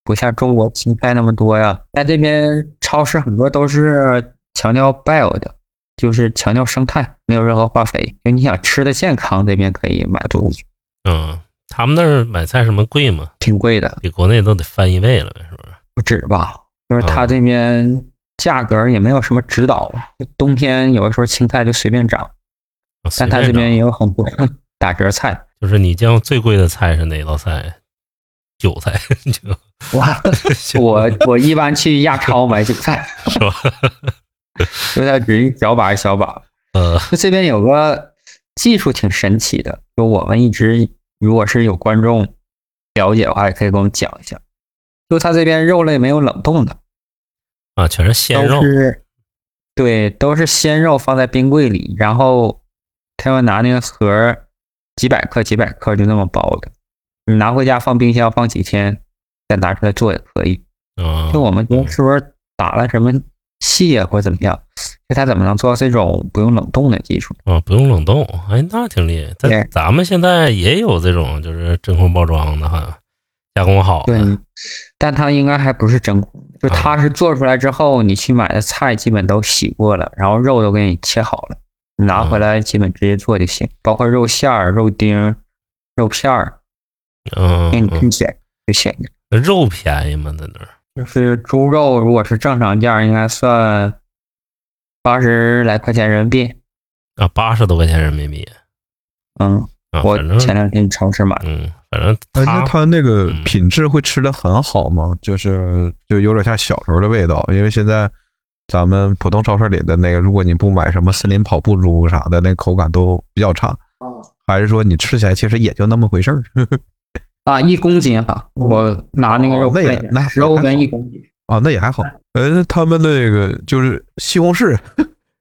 不像中国青菜那么多呀。在这边超市很多都是强调 bio 的，就是强调生态，没有任何化肥。就你想吃的健康，这边可以买不过去，嗯，他们那儿买菜什么贵吗？挺贵的，比国内都得翻一倍了呗，是不是？不止吧？就是嗯它这边价格也没有什么指导，就冬天有的时候青菜就随便涨，啊但它这随边便也找有很多 打折菜。 就是你见过最贵的菜是哪道菜？韭菜就哇，就我 我一般去亚超买韭菜， 是吧？因为它只一小把一小把。呃，就这边有个技术挺神奇的，就我们一直如果是有观众了解的话，也可以跟我们讲一下。就它这边肉类没有冷冻的，啊，全是鲜肉都，是对，都是鲜肉放在冰柜里，然后他要拿那个盒儿几百克几百克就那么包的，你拿回家放冰箱放几天，再拿出来做也可以。嗯就我们觉得是不是打了什么戏啊呀，或者怎么样？就他怎么能做到这种不用冷冻的技术？啊，不用冷冻，哎，那挺厉害。对但咱们现在也有这种就是真空包装的，好像加工好的，对，但它应该还不是真空，就它是做出来之后，你去买的菜基本都洗过了，然后肉都给你切好了，你拿回来基本直接做就行，包括肉馅儿、肉丁儿、肉片儿，嗯，给你嗯拼起来就行了。肉便宜吗？在那儿？就是猪肉，如果是正常价儿，应该算八十来块钱人民币。啊，八十多块钱人民币嗯，啊，我反正前两天去超市买的，嗯，反正而且他它哎那个嗯品质会吃的很好吗？就是就有点像小时候的味道，因为现在咱们普通超市里的那个，如果你不买什么森林跑步猪啥的，那口感都比较差。还是说你吃起来其实也就那么回事儿啊，一公斤哈、我拿那个肉哦那也片那也肉还跟好一公斤，啊？那也还好。呃，他们那个就是西红柿，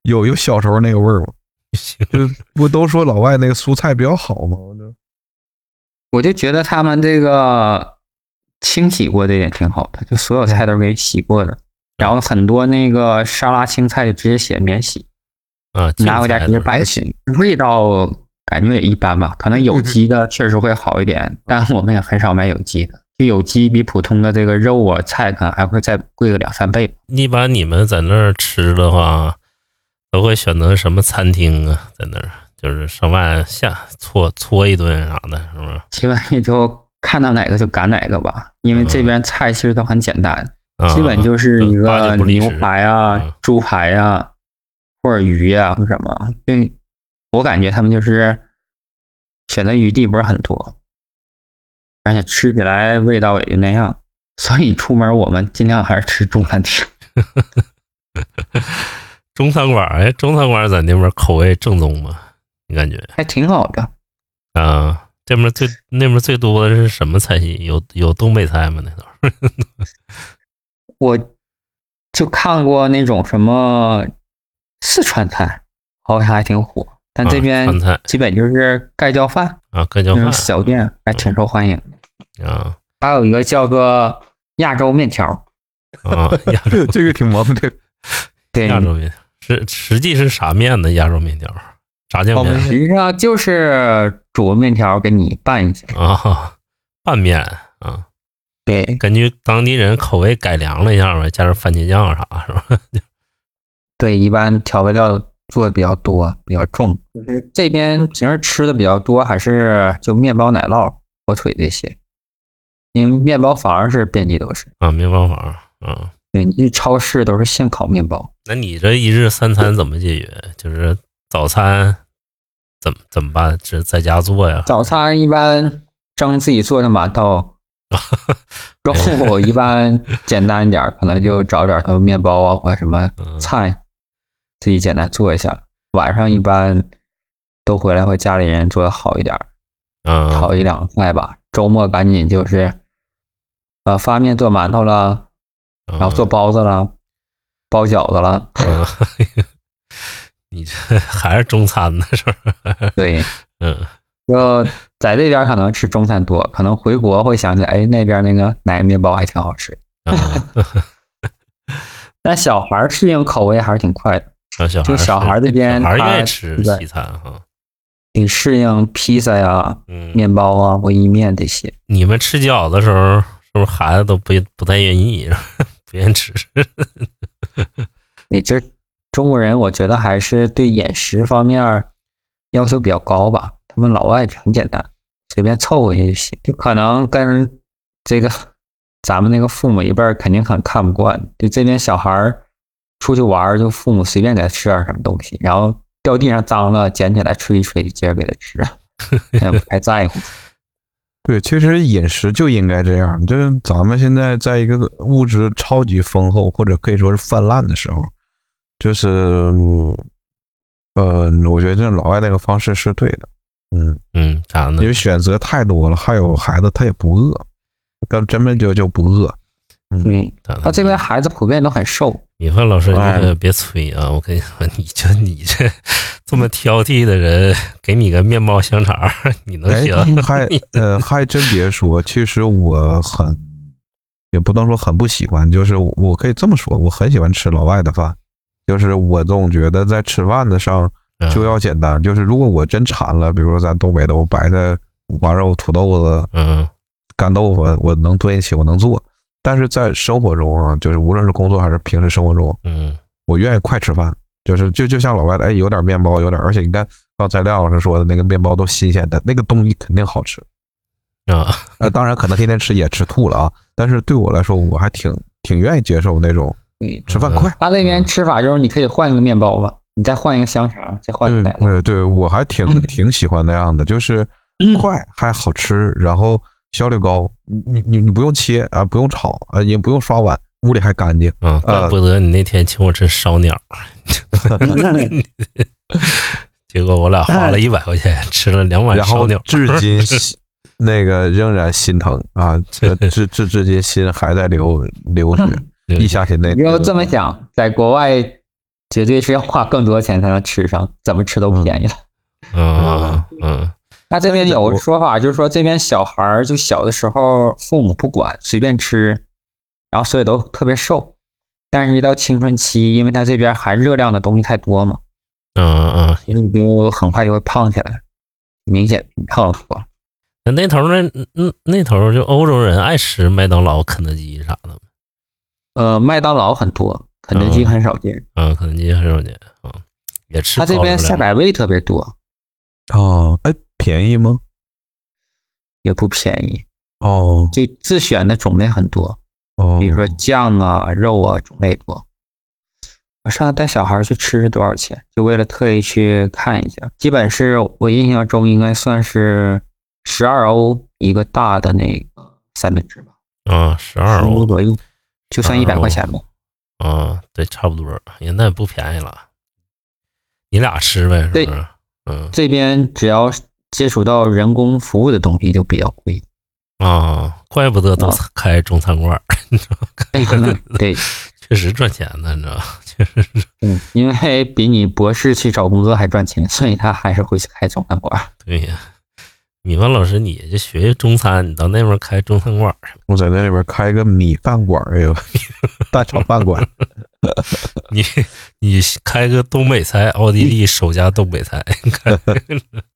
有有小时候那个味儿吗？ 就不都说老外那个蔬菜比较好吗？我就觉得他们这个清洗过的也挺好的，就所有菜都是给洗过的，然后很多那个沙拉青菜就直接写免洗，啊，你拿回家直净接菜哎白洗，味道感觉也一般吧，可能嗯有机的确实会好一点，但我们也很少买有机的，就有机比普通的这个肉啊菜可能还会再贵个两三倍吧。一般你们在那儿吃的话，都会选择什么餐厅啊？在那儿就是上外下搓搓一顿啥的，是不是？基本也就看到哪个就赶哪个吧，因为嗯这边菜其实都很简单，啊、基本就是一八个九不离牛十排啊、嗯猪排啊，或者鱼啊，或者什么。对，我感觉他们就是选择余地不是很多，而且吃起来味道也就那样。所以出门我们尽量还是吃中餐厅。中餐馆，哎，中餐馆在那边口味正宗吗？你感觉还挺好的。啊？这边最那边最多的是什么菜系？有有东北菜吗？那头我就看过那种什么四川菜，好像还挺火，但这啊边川菜基本就是盖浇饭啊，干椒饭嗯那种小店，还挺受欢迎的。啊还有一个叫做亚洲面条，啊，亚洲这个挺矛盾。对，亚洲面是实际是啥面呢？亚洲面条，炸酱面实际上就是煮面条给你拌一下，啊，拌面啊，对，根据当地人口味改良了一下呗，加点番茄酱啥是吧？ 对，一般调味料做的比较多，比较重。嗯就是这边平时吃的比较多，还是就面包、奶酪、火腿这些，因为面包反而是遍地都是。啊，没办法，嗯，对，你去超市都是现烤面包。那你这一日三餐怎么解决？就是早餐怎么怎么办？是在家做呀？早餐一般蒸自己做的 馒头，中午一般简单一点儿，可能就找点儿什么面包啊或者什么嗯菜，自己简单做一下。晚上一般都回来会家里人做的好一点儿，嗯炒一两菜吧。周末赶紧就是，呃，发面做馒头啦，然后做包子啦，包饺子啦。嗯， 你这还是中餐呢是吧？ 对，嗯就在这边可能吃中餐多，可能回国会想起来，哎，那边那个奶油面包还挺好吃。啊，但小孩儿适应口味还是挺快的，让小孩就儿小孩儿这边小孩儿他愿意吃对西餐哈。挺适应披萨呀、嗯，面包啊或意面这些。你们吃饺子的时候，是不是孩子都不不太愿意， 不愿意吃？也就是中国人，我觉得还是对饮食方面儿要求比较高吧。他们老外很简单，随便凑合一下就行。就可能跟这个咱们那个父母一辈儿肯定很看不惯，就这边小孩儿出去玩儿，就父母随便给他吃点儿什么东西，然后掉地上脏了捡起来吹一吹，接着给他吃， 也不太在乎。 对，其实饮食就应该这样。就是咱们现在在一个物质超级丰厚，或者可以说是泛滥的时候，就是，嗯呃，我觉得这老外那个方式是对的。嗯，嗯，咋呢因？为选择太多了，还有孩子他也不饿，但真的就就不饿。 嗯，咋呢他这边孩子普遍都很瘦，米饭老师，你哎可别吹啊！我跟你说，你就你这这么挑剔的人，给你个面包香肠儿， 你能哎行？，还呃还真别说，其实我很也不能说很不喜欢，就是我我可以这么说，我很喜欢吃老外的饭，就是我总觉得在吃饭的上嗯就要简单，就是如果我真馋了，比如说咱东北的，我白菜、五花肉、土豆子、嗯干豆腐，我能炖一起，我能做。但是在生活中啊，就是无论是工作还是平时生活中，嗯我愿意快吃饭，就是就就像老外的，哎，有点面包，有点，而且你看刚才廖老师说的那个面包都新鲜的，那个东西肯定好吃。啊呃，当然可能天天吃也吃吐了啊，但是对我来说，我还挺挺愿意接受那种嗯，吃饭快。他那边吃法就是你可以换一个面包嘛，你再换一个香肠，再换一对个奶酪。嗯对对，我还嗯挺挺喜欢那样的，就是快还好吃，然后效率高，你你你你不用切啊，不用炒啊，也不用刷碗，屋里还干净。呃啊！怪不得你那天请我吃烧鸟儿， 结果我俩哎花了一百块钱吃了两碗然烧后鸟儿。至 今心那个仍然心疼啊，这至至至今心还在流流血，流血一想起那嗯你要这么想，在国外绝对是要花更多钱才能吃上，怎么吃都便宜了。嗯嗯那这边有说法，就是说这边小孩儿就小的时候父母不管，随便吃，然后所以都特别瘦。但是，一到青春期，因为他这边含热量的东西太多嘛，嗯嗯，所以就很快就会胖起来，明显胖过。那那头儿那那那头儿就欧洲人爱吃麦当劳、肯德基啥的，呃，麦当劳很多，肯德基嗯很少见。嗯，肯德基很少见啊，嗯也吃他高热这量。边赛百味特别多，哦，哎，便宜吗？也不便宜，哦就自选的种类很多。哦比如说酱啊、肉啊种类多。我上次带小孩去吃是多少钱？就为了特意去看一下，基本是我印象中应该算是十二欧一个大的那个三明治吧，啊，十二十欧欧左右，就算一百12欧块钱吧。啊，对，差不多，也那也不便宜了。你俩吃呗，是对不是？嗯这边只要接触到人工服务的东西就比较 贵，啊，怪不得都啊开中餐馆儿， 哎可能对，确实赚钱呢，你知道吧？确实是嗯，因为比你博士去找工作还赚钱，所以他还是会去开中餐馆。 对呀。米饭老师，你就学学中餐，你到那边开中餐馆儿，我在那里边开个米饭馆儿，哎呦，蛋炒饭 馆，你你开个东北菜，奥地利首家东北菜， 你看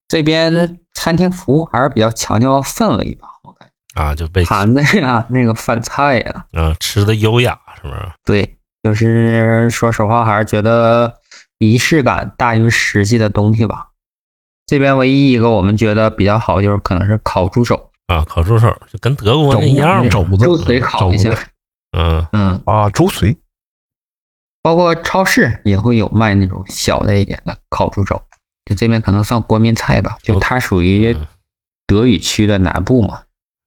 这边餐厅服务还是比较强调氛围吧，我感觉。啊，就被盘子呀， 那个饭菜呀，啊吃的优雅，是不是？对，就是说实话，还是觉得仪式感大于实际的东西吧。这边唯一一个我们觉得比较好，就是可能是烤猪手，啊，烤猪手就跟德国那一样嘛，肘子就嘴烤一下肘，嗯嗯，啊，猪髓包括超市也会有卖那种小的一点的烤猪肘，就这边可能算国民菜吧，就它属于德语区的南部嘛，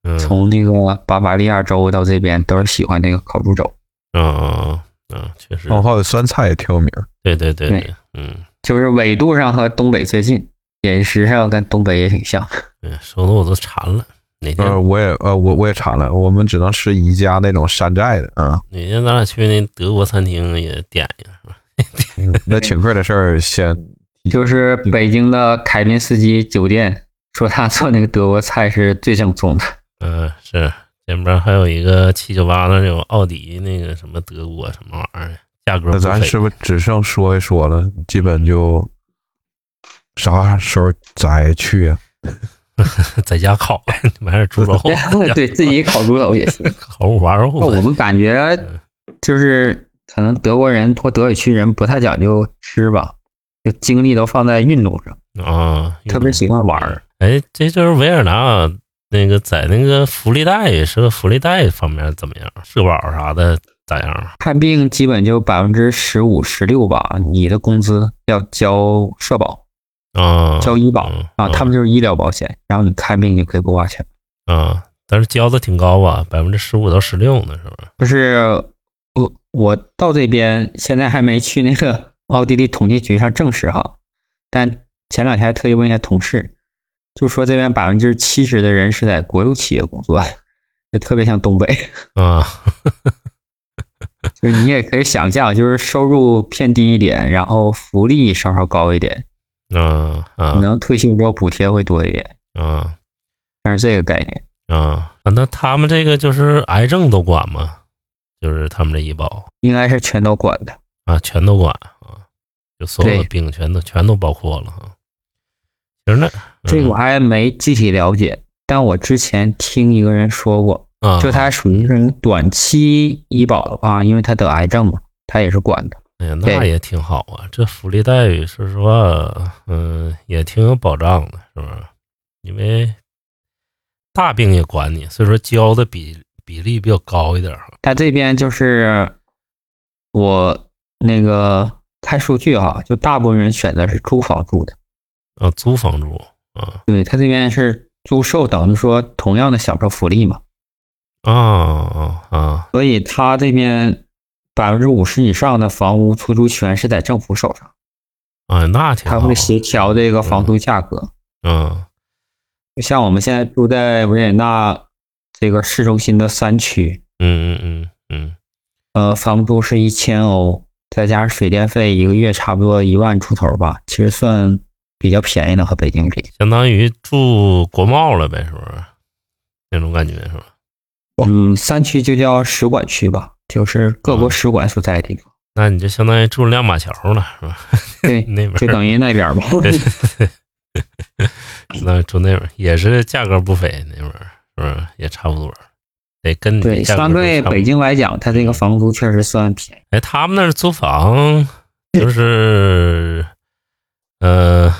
嗯嗯从那个巴伐利亚州到这边都是喜欢那个烤猪肘，嗯嗯，确实，哦然后还有啊酸菜也挺有名儿，对对对对对，嗯，就是纬度上和东北接近，饮食上跟东北也挺像。对，哎说的我都馋了，哪天啊呃，我也呃我我也馋了，我们只能吃宜家那种山寨的啊，哪天咱俩去那德国餐厅也点一个，嗯那请客的事儿先就是嗯北京的凯宾斯基酒店说他做那个德国菜是最正宗的，嗯，是前边还有一个七九八那有奥迪那个什么德国什么玩意儿，价格那不咱菲是不是只剩说一说了？基本就啥时候再去啊？在家烤， 买点猪肉 对自己烤猪肘也 行。烤五花肉那我呗，们感觉就是可能德国人或德语区人不太讲究吃吧，就精力都放在运动上，啊，特别喜欢玩儿。哎，这就是维尔纳那个在那个福利贷社会福利贷方面怎么样？社保啥的咋样啊？看病基本就百分之十五、十六吧，你的工资要交社保、啊，交医保嗯啊，他们就是医疗保险，然后你看病就可以不花钱。啊，但是交的挺高吧，百分之十五到十六呢，是吧？就是我我到这边现在还没去那个奥地利统计局上证实哈，但前两天还特意问一下同事，就说这边百分之七十的人是在国有企业工作，就特别像东北， 啊，就是你也可以想象，就是收入偏低一点，然后福利稍稍高一点，啊可啊能退休之后补贴会多一点，啊但是这个概念。啊！那他们这个就是癌症都管吗？就是他们这医保应该是全都管的，啊，全都管啊，就所有的对病全都全都包括了啊。其实那这个我还没具体了解，但我之前听一个人说过，啊，就它属于是短期医保的话，因为他得癌症嘛，他也是管的。哎呀，对那也挺好啊，这福利待遇，说实话，嗯，也挺有保障的，是不是？因为大病也管你，所以说交的比比例比较高一点儿啊他这边就是我那个看数据哈、就大部分人选择是租房住的，啊，租房住啊对他这边是租售，等于说同样的享受福利嘛，啊啊啊所以他这边百分之五十以上的房屋出租权是在政府手上，啊，那挺他好会，协调这个房租价格。嗯就像我们现在住在维也纳这个市中心的三区，嗯嗯嗯呃，房租是一千欧，再加上水电费，一个月差不多一万出头吧，其实算比较便宜的，和北京比嗯，。相当于住国贸了呗，是不是？那种感觉是吧？嗯，三区就叫使馆区吧，就是各嗯国使馆所在的地 方。那你就相当于住亮马桥了，是吧？对，那边就等于那边 吧。那住那边儿也是价格不菲，那边儿是不是也差不多？得跟你对，价格相对都差不多北。京来讲，它这个房租确实算便宜。哎，他们那儿租房就是，呃，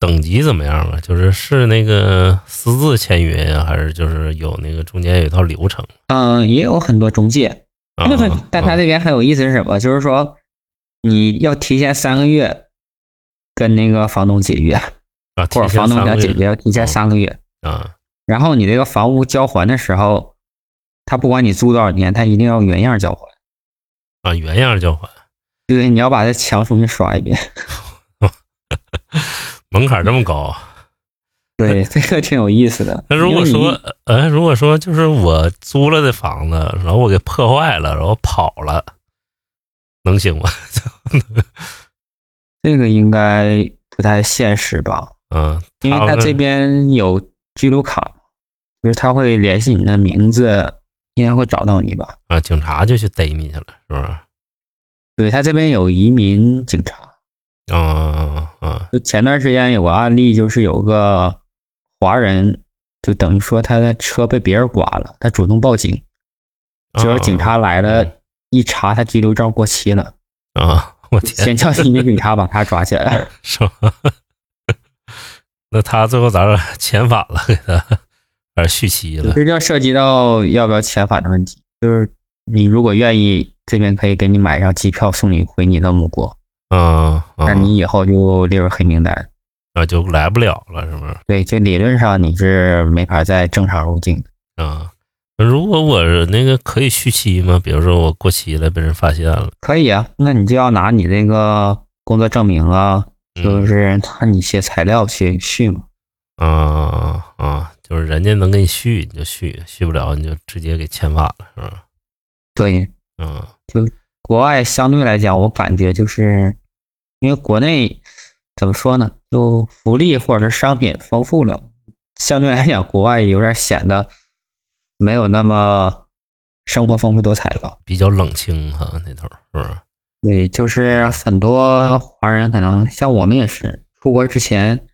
等级怎么样啊？就是是那个私自签约呀、还是就是有那个中间有一套流程嗯，也有很多中介，？啊 但他这边很有意思是什么？就是说你要提前三个月跟那个房东解约，啊，或提前者房东三想个解月哦约，要提前三个月。啊然后你这个房屋交还的时候，他不管你租多少年，他一定要原样交还。啊，原样交还，对，你要把这墙重新刷一遍。门槛这么高啊？对， 这个挺有意思的。那如果因为说你，呃，如果说就是我租了的房子，然后我给破坏了，然后跑了，能行吗？ 这个应该不太现实吧，嗯，因为他这边有居留卡，就是他会联系你的名字，应该会找到你吧。啊，警察就去逮你去了，是不是？对他这边有移民警察，啊啊啊就前段时间有个案例，就是有个华人就等于说他的车被别人刮了，他主动报警，结果警察来了，嗯一查他拘留证过期了，啊，我天，先叫一名警察把他抓起来。 是吧？ 那他最后咋整？遣返了，给他，还是续期了？这就涉及到要不要遣返的问题，就是你如果愿意，这边可以给你买一张机票送你回你的母国，嗯，那嗯你以后就列入黑名单。啊，就来不了了，是不是？对，就理论上你是没法再正常入境的。啊，如果我那个可以续期吗？比如说我过期了，被人发现了，可以啊，那你就要拿你这个工作证明啊，嗯就是拿你一些材料去续嘛。啊啊，就是人家能给你续你就续，续不了你就直接给遣返了，是吧？对，嗯国外相对来讲，我感觉就是因为国内怎么说呢，就福利或者是商品丰富了，相对来讲，国外有点显得没有那么生活丰富多彩了。比较冷清哈、那头儿是不是？对，就是很多华人可能像我们也是，出国之前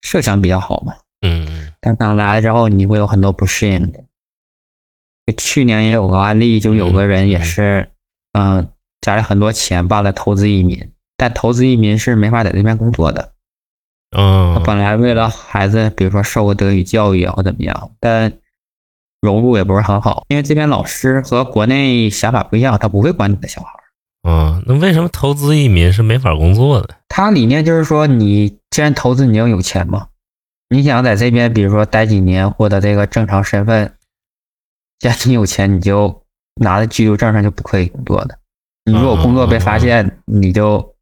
设想比较好嘛，嗯但当来了之后，你会有很多不适应的。就去年也有个案例，就有个人也是，嗯、家里很多钱办了投资移民，但投资移民是没法在这边工作的。他嗯本来为了孩子，比如说受过德语教育啊或怎么样，但融入也不是很好，因为这边老师和国内想法不一样，他不会管你的小孩儿。嗯，那为什么投资移民是没法工作的？他理念就是说，你既然投资，你就有钱嘛。你想在这边，比如说待几年，获得这个正常身份，既然你有钱，你就拿着居留证上就不可以工作的。你如果工作被发现，你就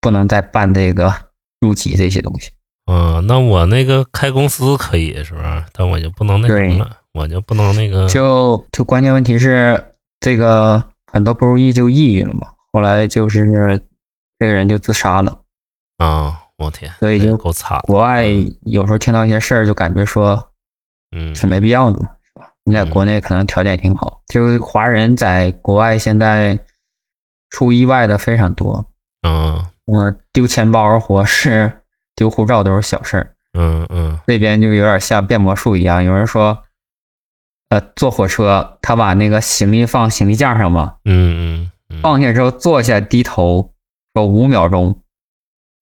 不能再办这个入籍这些东西。嗯，那我那个开公司可以是不是？但我就不能那什么了，我就不能那个就就关键问题是，这个很多不如意就抑郁了嘛。后来就是这个人就自杀了。啊，我天，所以那就够惨。国外有时候听到一些事儿，就感觉说嗯是没必要的，是吧？你在嗯国内可能条件也挺好，就是华人在国外现在出意外的非常多。嗯我丢钱包或是丢护照都是小事儿，嗯嗯那边就有点像变魔术一样。有人说，呃，坐火车他把那个行李放行李架上嘛，嗯嗯，放下之后坐下低头，说五秒钟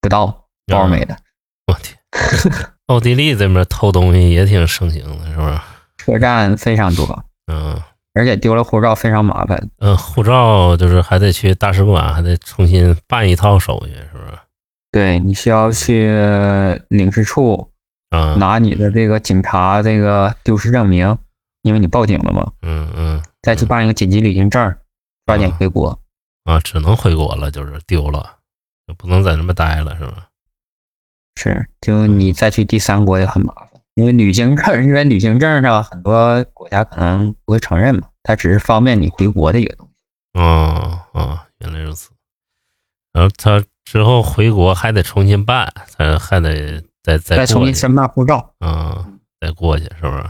不到包没啊了。我天，奥地利这边偷东西也挺盛行的，是不是？车站非常多，嗯而且丢了护照非常麻烦。嗯，护照就是还得去大使馆，还得重新办一套手续，是不是？对你需要去领事处啊，拿你的这个警察这个丢失证明，因为你报警了嘛，嗯嗯再去办一个紧急旅行证，抓紧回国。啊，只能回国了，就是丢了，就不能在那边待了，是吧？是，就你再去第三国也很麻烦，因为旅行证，因为旅行证上很多国家可能不会承认嘛，它只是方便你回国的一个东西。哦哦，原来如此。然后他之后回国还得重新办，他还得再再再重过新去，申办护照。嗯，再过去，是不是？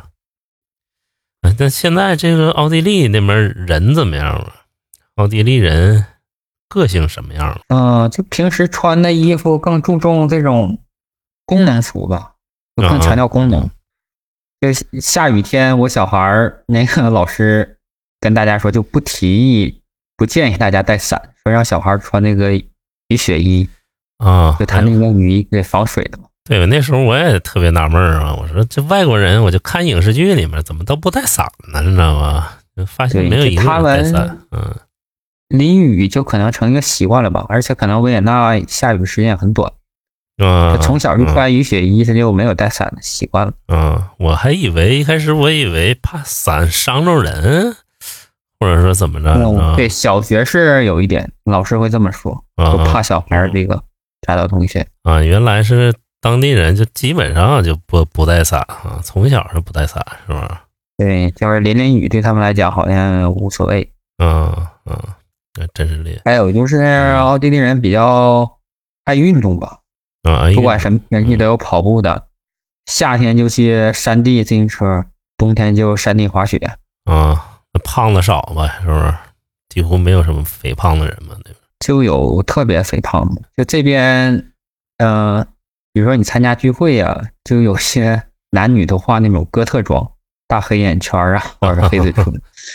哎但现在这个奥地利那边人怎么样啊？奥地利人个性什么样啊？嗯，就平时穿的衣服更注重这种功能服吧，就更强调功能。就是下雨天，我小孩儿那个老师跟大家说，就不提议、不建议大家带伞，说让小孩儿穿那个雨雪衣，啊，就他那个雨衣给防水的嘛。对，那时候我也特别纳闷儿啊，我说这外国人，我就看影视剧里面怎么都不带伞呢，你知道吗？就发现对没有一个他人带们伞，嗯淋雨就可能成一个习惯了吧，而且可能维也纳下雨时间也很短，啊他，从小就穿雨雪衣，他就没有带伞的习惯了。嗯，嗯我还以为一开始我以为怕伞伤着人，或者说怎么着，嗯，啊对，小学是有一点，老师会这么说。啊就怕小孩儿这个扎到同学。啊，原来是当地人，就基本上就不不带伞啊，从小是不带伞，是吧？对，就是淋淋雨对他们来讲好像无所谓。嗯嗯，那真是厉害还有就是奥地利人比较爱运动吧，啊！不管什么天气都有跑步的，夏天就去山地自行车，冬天就山地滑雪。啊，那胖子少吧，是不是？几乎没有什么肥胖的人嘛，对吧？就有特别肥胖的，就这边，呃，比如说你参加聚会啊，就有些 男女都画那种哥特妆，大黑眼圈 啊，或者是黑嘴唇，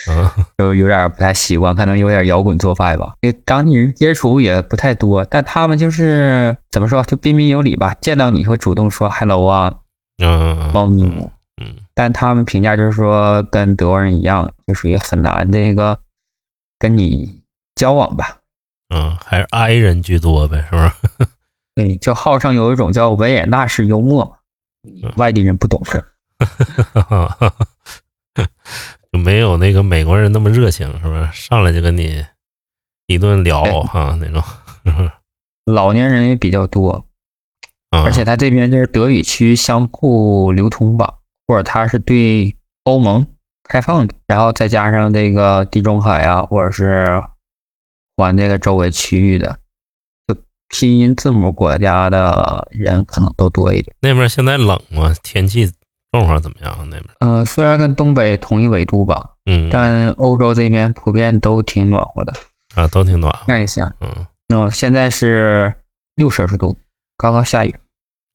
嗯就有点不太习惯，可能有点摇滚做派吧。因为当地人接触也不太多，但他们就是怎么说，就彬彬有礼吧，见到你会主动说 “hello” 啊，嗯猫咪姆。嗯但他们评价就是说，跟德国人一样，就属于很难这个跟你交往吧。嗯，还是 I 人居多呗，是不是？对，就号上有一种叫维也纳式幽默嘛，嗯外地人不懂事。 就没有那个美国人那么热情，是不是？上来就跟你一顿聊对哈那种，老年人也比较多，嗯、而且他这边就是德语区相互流通吧，或者他是对欧盟开放的，然后再加上这个地中海啊，或者是环这个周围区域的，就拼音字母国家的人可能都多一点。那边现在冷吗？天气状况怎么样？啊那边嗯、虽然跟东北同一纬度吧，嗯但欧洲这边普遍都挺暖和的。啊，都挺暖和，看一下，嗯，那、现在是六摄氏度，刚刚下雨。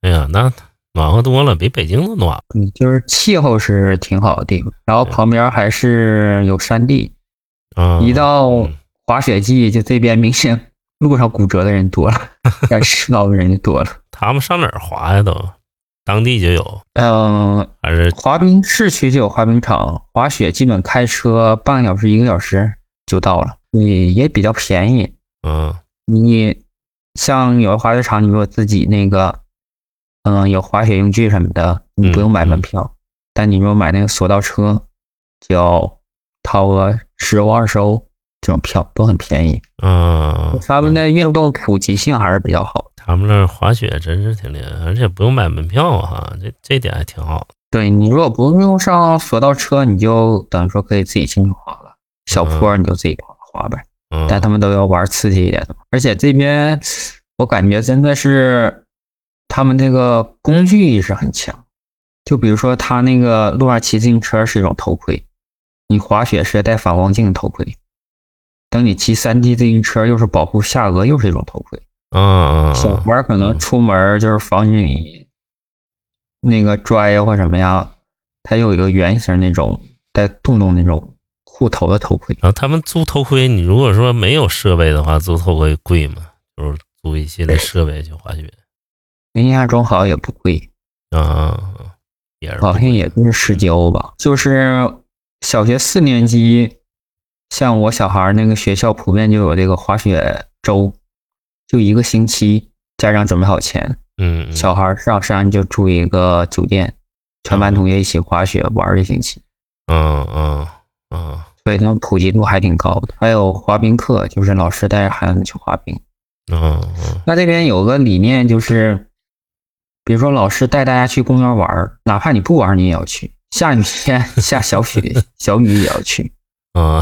哎呀，那暖和多了，比北京都暖和。嗯，就是气候是挺好的地方，然后旁边还是有山地。啊，一到滑雪季，就这边明显路上骨折的人多了，但吃到的人就多了。他们上哪儿滑呀？都当地就有，嗯、还是滑冰市区就有滑冰场，滑雪基本开车半个小时一个小时就到了，也也比较便宜。嗯你像有的滑雪场，你如果自己那个，嗯，有滑雪用具什么的，你不用买门票，但你如果买那个索道车，就要掏个十欧二十欧这种票，都很便宜。嗯，他们的运动普及性还是比较好。他们那儿滑雪真是挺厉害，而且不用买门票啊哈，这这点还挺好。对你如果不用上索道车，你就等于说可以自己进去滑了，小坡你就自己滑滑呗。嗯，但他们都要玩刺激一点的嘛。而且这边我感觉真的是他们这个工具意识很强，就比如说他那个路上骑自行车是一种头盔，你滑雪是戴反光镜的头盔，等你骑山地自行车又是保护下颚又是一种头盔。嗯小嗯孩儿可能出门儿就是防止你那个摔呀或什么呀，它有一个圆形那种带洞洞那种护头的头盔。然后他们租头盔，你如果说没有设备的话，租头盔贵吗？就是租一系列设备去滑雪印象中好像也不贵，啊啊，啊也是好像也就是十几欧吧。就是小学四年级，像我小孩儿那个学校普遍就有这个滑雪周，就一个星期，家长准备好钱，嗯嗯小孩儿上山就住一个酒店，全班同学一起滑雪玩儿一星期，嗯嗯嗯，所以他们普及度还挺高的。还有滑冰课，就是老师带着孩子们去滑冰。嗯嗯那这边有个理念就是，比如说老师带大家去公园玩儿，哪怕你不玩儿，你也要去。下雨天、 下小雪、小雨也要去，嗯，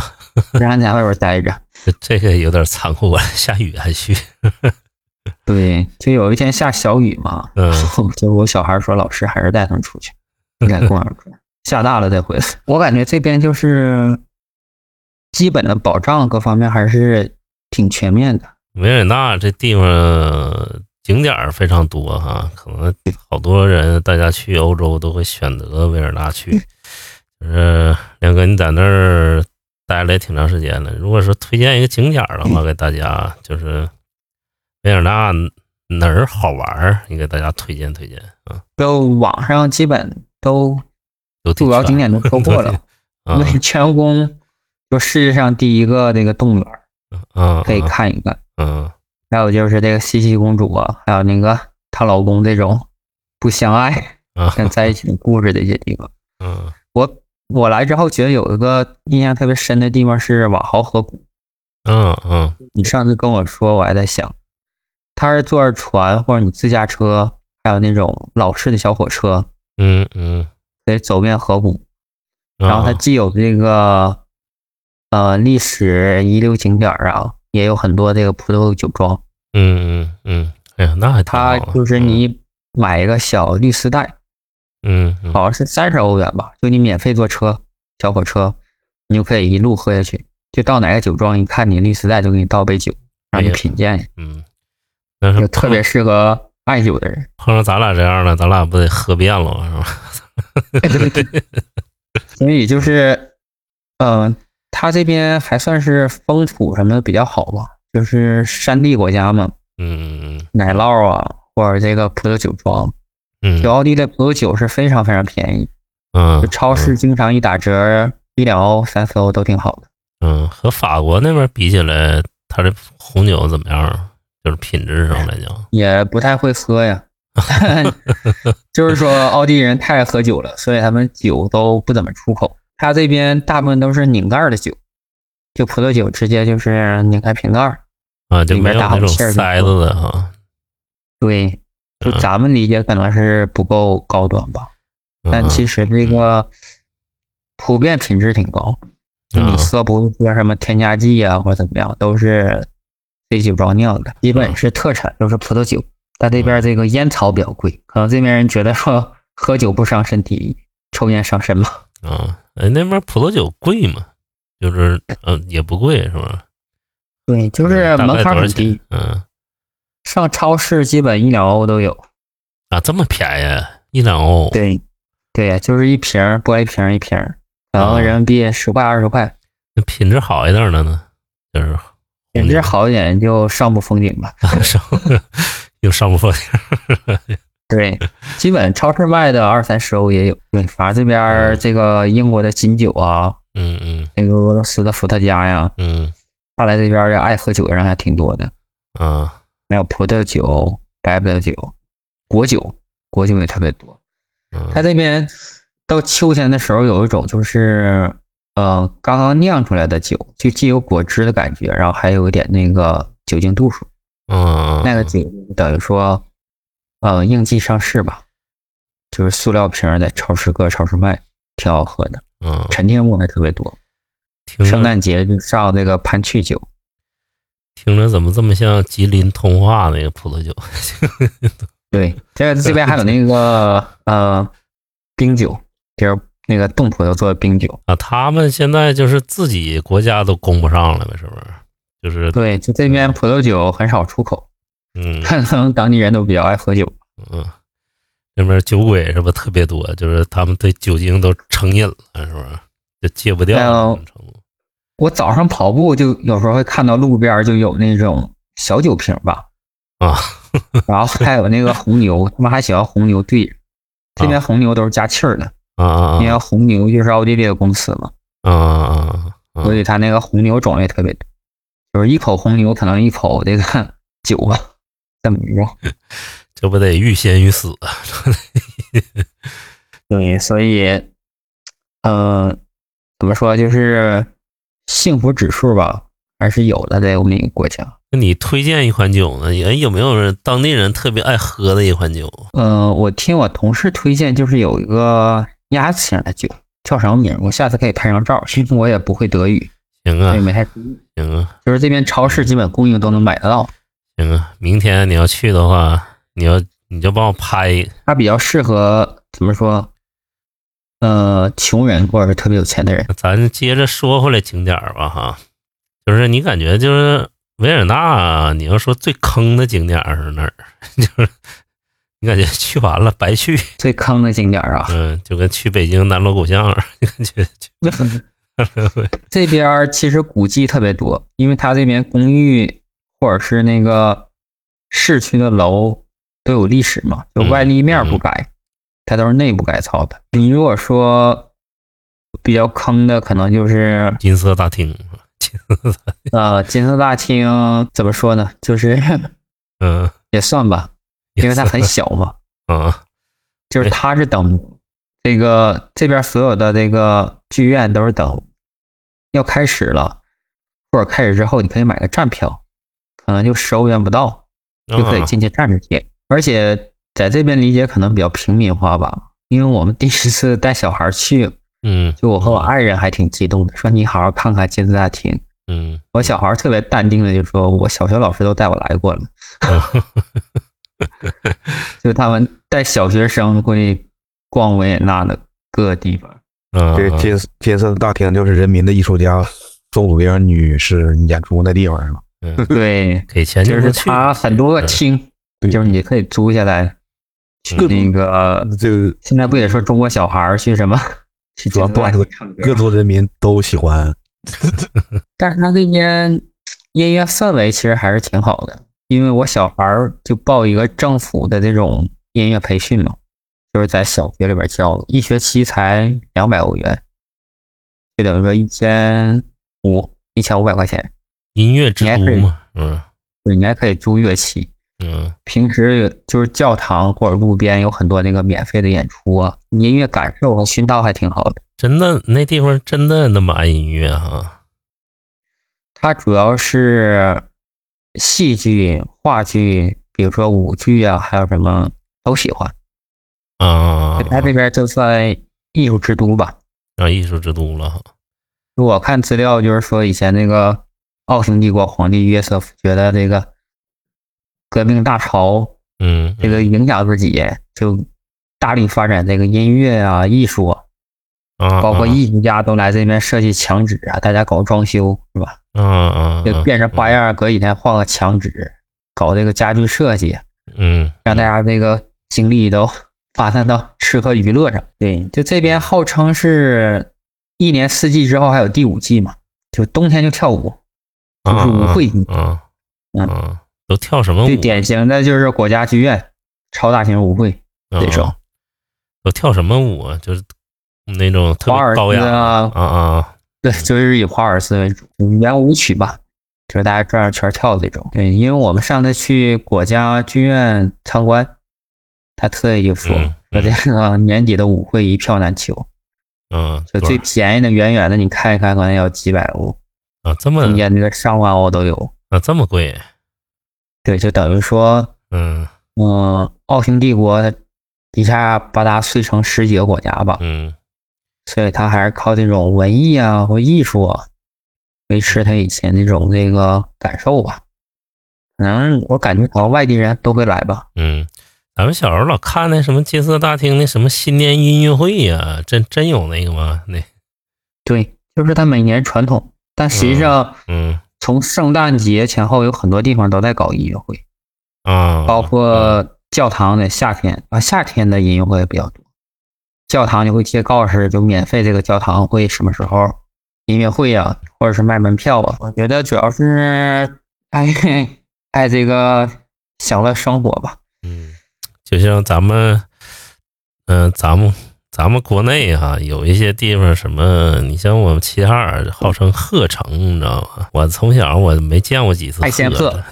不然在外边儿待着。这这个有点残酷啊， 下雨还去，对，就有一天下小雨嘛，嗯 就我小孩儿说，老师还是带他们出去，你在公园儿转，下大了再回来。我感觉这边就是基本的保障各方面还是挺全面的。维也纳这地方呃景点儿非常多哈，可能好多人大家去欧洲都会选择维尔纳去。就是亮哥，你在那儿待了也挺长时间了。如果说推荐一个景点儿的话，给大家就是维尔纳哪儿好玩儿，你给大家推荐推荐啊。就网上基本都有挺主要全景点都说过都挺了，因啊为全宫就世界上第一个这个动物园儿啊，可以看一看，嗯还有就是这个茜茜公主啊，还有那个她老公这种不相爱啊但在一起的故事的一些地方。嗯我我来之后觉得有一个印象特别深的地方是瓦豪河谷，嗯嗯你上次跟我说，我还在想，他是坐着船或者你自驾车，还有那种老式的小火车，嗯嗯，可以走遍河谷，啊然后它既有这个呃历史遗留景点儿啊，也有很多这个葡萄酒庄。嗯嗯嗯，哎呀，那还挺它好的就是你买一个小绿丝带，嗯嗯好像是三十欧元吧，就你免费坐车小火车，你就可以一路喝下去，就到哪个酒庄一看你绿丝带就给你倒杯酒，让你哎呀品鉴一下，嗯，但是嗯就特别适合爱酒的人。碰上咱俩这样的，咱俩不得喝遍了是吧？所以就是，嗯，他这边还算是风土什么的比较好吧，就是山地国家嘛，嗯嗯奶酪啊，或者这个葡萄酒庄，嗯就奥地利的葡萄酒是非常非常便宜，嗯就，超市经常一打折，一两欧、三四欧都挺好的。嗯，和法国那边比起来，它的红酒怎么样？就是品质上来讲，也不太会喝呀，就是说奥地利人太爱喝酒了，所以他们酒都不怎么出口。他这边大部分都是拧盖儿的酒，就葡萄酒直接就是拧开瓶盖儿。啊，就里没面有打好那种气儿就塞子的啊哈。对，就嗯咱们理解可能是不够高端吧，啊嗯但其实这个普遍品质挺高。就你嗯喝不会喝什么添加剂啊或者怎么样，都是这酒庄酿的，基嗯本是特产，都是葡萄酒。但这边这个烟草比较贵，可能这边人觉得说喝酒不伤身体，抽烟 伤身吧。啊，嗯哎，那边葡萄酒贵吗？就是呃，也不贵是吧？对，就就是大门概槛多少很钱低？，嗯上超市基本一两欧都有。啊，这么便宜，一两欧。对，对，就是一瓶儿玻璃瓶儿一瓶儿，可啊哦能人民币十块二十块。那品质好一点的呢，就是品质好一点就上不封顶吧。上又上不封顶。对，基本超市卖的二三十欧也有。对，反正这边儿这个英国的金酒啊， 嗯嗯那个俄罗斯的伏特加呀，嗯他来这边儿爱喝酒的人还挺多的，啊还有葡萄酒、白葡萄酒、果酒，果酒也特别多。嗯他这边到秋天的时候，有一种就是，呃，刚刚酿出来的酒，就既有果汁的感觉，然后还有一点那个酒精度数。嗯那个酒等于说，呃，应季上市吧，就是塑料瓶儿在超市各超市卖，挺好喝的，嗯，陈天木还特别多。听圣着诞节就上这个潘趣酒。听着怎么这么像吉林通化那个葡萄酒？ 对，这个这边还有那个呃冰酒，就是那个冻葡萄做的冰酒。啊，他们现在就是自己国家都供不上了呗，是不是？就是对，就这边葡萄酒很少出口，嗯 可能当地人都比较爱喝酒。嗯，那边酒鬼是不是特别多？就是他们对酒精都成瘾了，是不是？就戒不掉还那有种程度。我早上跑步就有时候会看到路边儿就有那种小酒瓶吧，啊，然后还有那个红 牛，他们还喜欢红牛兑，这边红牛都是加气儿的，啊啊因为红牛就是奥地利的公司嘛，啊啊啊！所以它那个红牛种类特别多，就是一口红牛可能一口这个酒吧， 这么一个。这不得欲仙欲死啊！对，所以，呃，怎么说就是幸福指数吧，还是有的，在我们一个国家。那你推荐一款酒呢？哎，有没有人当地人特别爱喝的一款酒？呃，我听我同事推荐，就是有一个鸭子型的酒，叫什么名儿？我下次可以拍张照，因为我也不会德语，行所啊以，没太注意。行啊，就是这边超市基本供应都能买得到，行啊！明天你要去的话，你要你就帮我拍一它比较适合怎么说？呃，穷人或者是特别有钱的人。咱接着说回来景点儿吧，哈，就是你感觉就是维也纳，你要说最坑的景点儿是哪儿？ 就是你感觉去完了白去，最坑的景 点儿啊，嗯，就跟去北京南锣鼓巷 似的，你感觉去这边儿其实古迹特别多，因为它这边公寓或者是那个市区的楼都有历史嘛，就外立面儿不改，它都是内部改造的。你如果说比较坑的，可能就是金色大厅，呃金色大厅怎么说呢？就是 嗯，也算吧，因为它很小嘛，啊，就是它是等这个这边所有的这个剧院都是等要开始了，或者开始之后，你可以买个站票，可能就十欧元不到嗯就啊可以进去站着去。而且在这边理解可能比较平民化吧，因为我们第一次带小孩去，嗯，就我和我爱人还挺激动的，说你好好看看金字塔厅。嗯，我小孩特别淡定的就说，我小学老师都带我来过了， 嗯，就他们带小学生会逛维也纳的各个地方。嗯，这嗯金金色大厅就是人民的艺术家宋祖英女士演出那地方是吧？嗯对， 给钱就能是哎去，它很多个厅，对就是你可以租下来，去各种那个嗯就现在不也说中国小孩儿去什么 去主要街头怪外不得唱歌各族人民都喜欢。但是它这些音乐氛围其实还是挺好的，因为我小孩儿就报一个政府的这种音乐培训嘛，就是在小学里边教的，一学期才两百欧元，就等于说一千五一千五百块钱，音乐之你还都可以嘛，嗯就应该可以租乐器。嗯平时就是教堂或者路边有很多那个免费的演出啊，音乐感受和熏陶还挺好的。真的那地方真的那么爱音乐哈、它主要是戏剧、话剧，比如说舞剧啊，还有什么都喜欢。啊啊它这边就算艺术之都吧。啊！艺术之都了哈，我看资料就是说，以前那个奥匈帝国皇帝约瑟夫觉得这个革命大潮嗯，这个影响自己，就大力发展这个音乐啊、艺术啊，啊，包括啊艺术家都来这边设计墙纸啊，大家搞装修是吧？啊啊，就啊变着花，样，隔几天换个墙纸，搞这个家具设计，嗯让大家这个精力都发散到吃喝娱乐上。对，就这边号称是一年四季之后还有第五季嘛，就冬天就跳舞，啊就是舞会啊啊嗯啊，都跳什么最舞？典型的就是国家剧院超大型舞会啊这种，都跳什么舞啊？就是那种特华尔别高兹雅的啊，啊啊，对，就是以华尔兹为主，圆舞曲吧。就是大家转着圈跳的这种，对，因为我们上次去国家剧院参观，他特意就说嗯说这个年底的舞会一票难求，嗯，就多最少便宜的远远的你看一看，可能要几百欧，啊这么中间那个上万欧都有。啊这么贵，对，就等于说，嗯嗯，奥匈帝国它一下把它碎成十几个国家吧，嗯所以它还是靠这种文艺啊或艺术啊，维持它以前那种这个感受吧。可能我感觉好像外地人都会来吧，嗯，咱们小时候老看那什么金色大厅那什么新年音乐会呀、真真有那个吗？那对，就是它每年传统，但实际上嗯从圣诞节前后有很多地方都在搞音乐会，啊，包括教堂的夏天啊，夏天的音乐会比较多，教堂就会贴告示，就免费这个教堂会什么时候音乐会啊，或者是卖门票啊。我觉得主要是 爱爱这个享乐生活 吧。嗯，就像咱们，嗯、咱们咱们国内哈、有一些地方什么，你像我们齐齐哈尔号称鹤城，你知道吗？我从小我没见过几次爱仙 鹤鹤，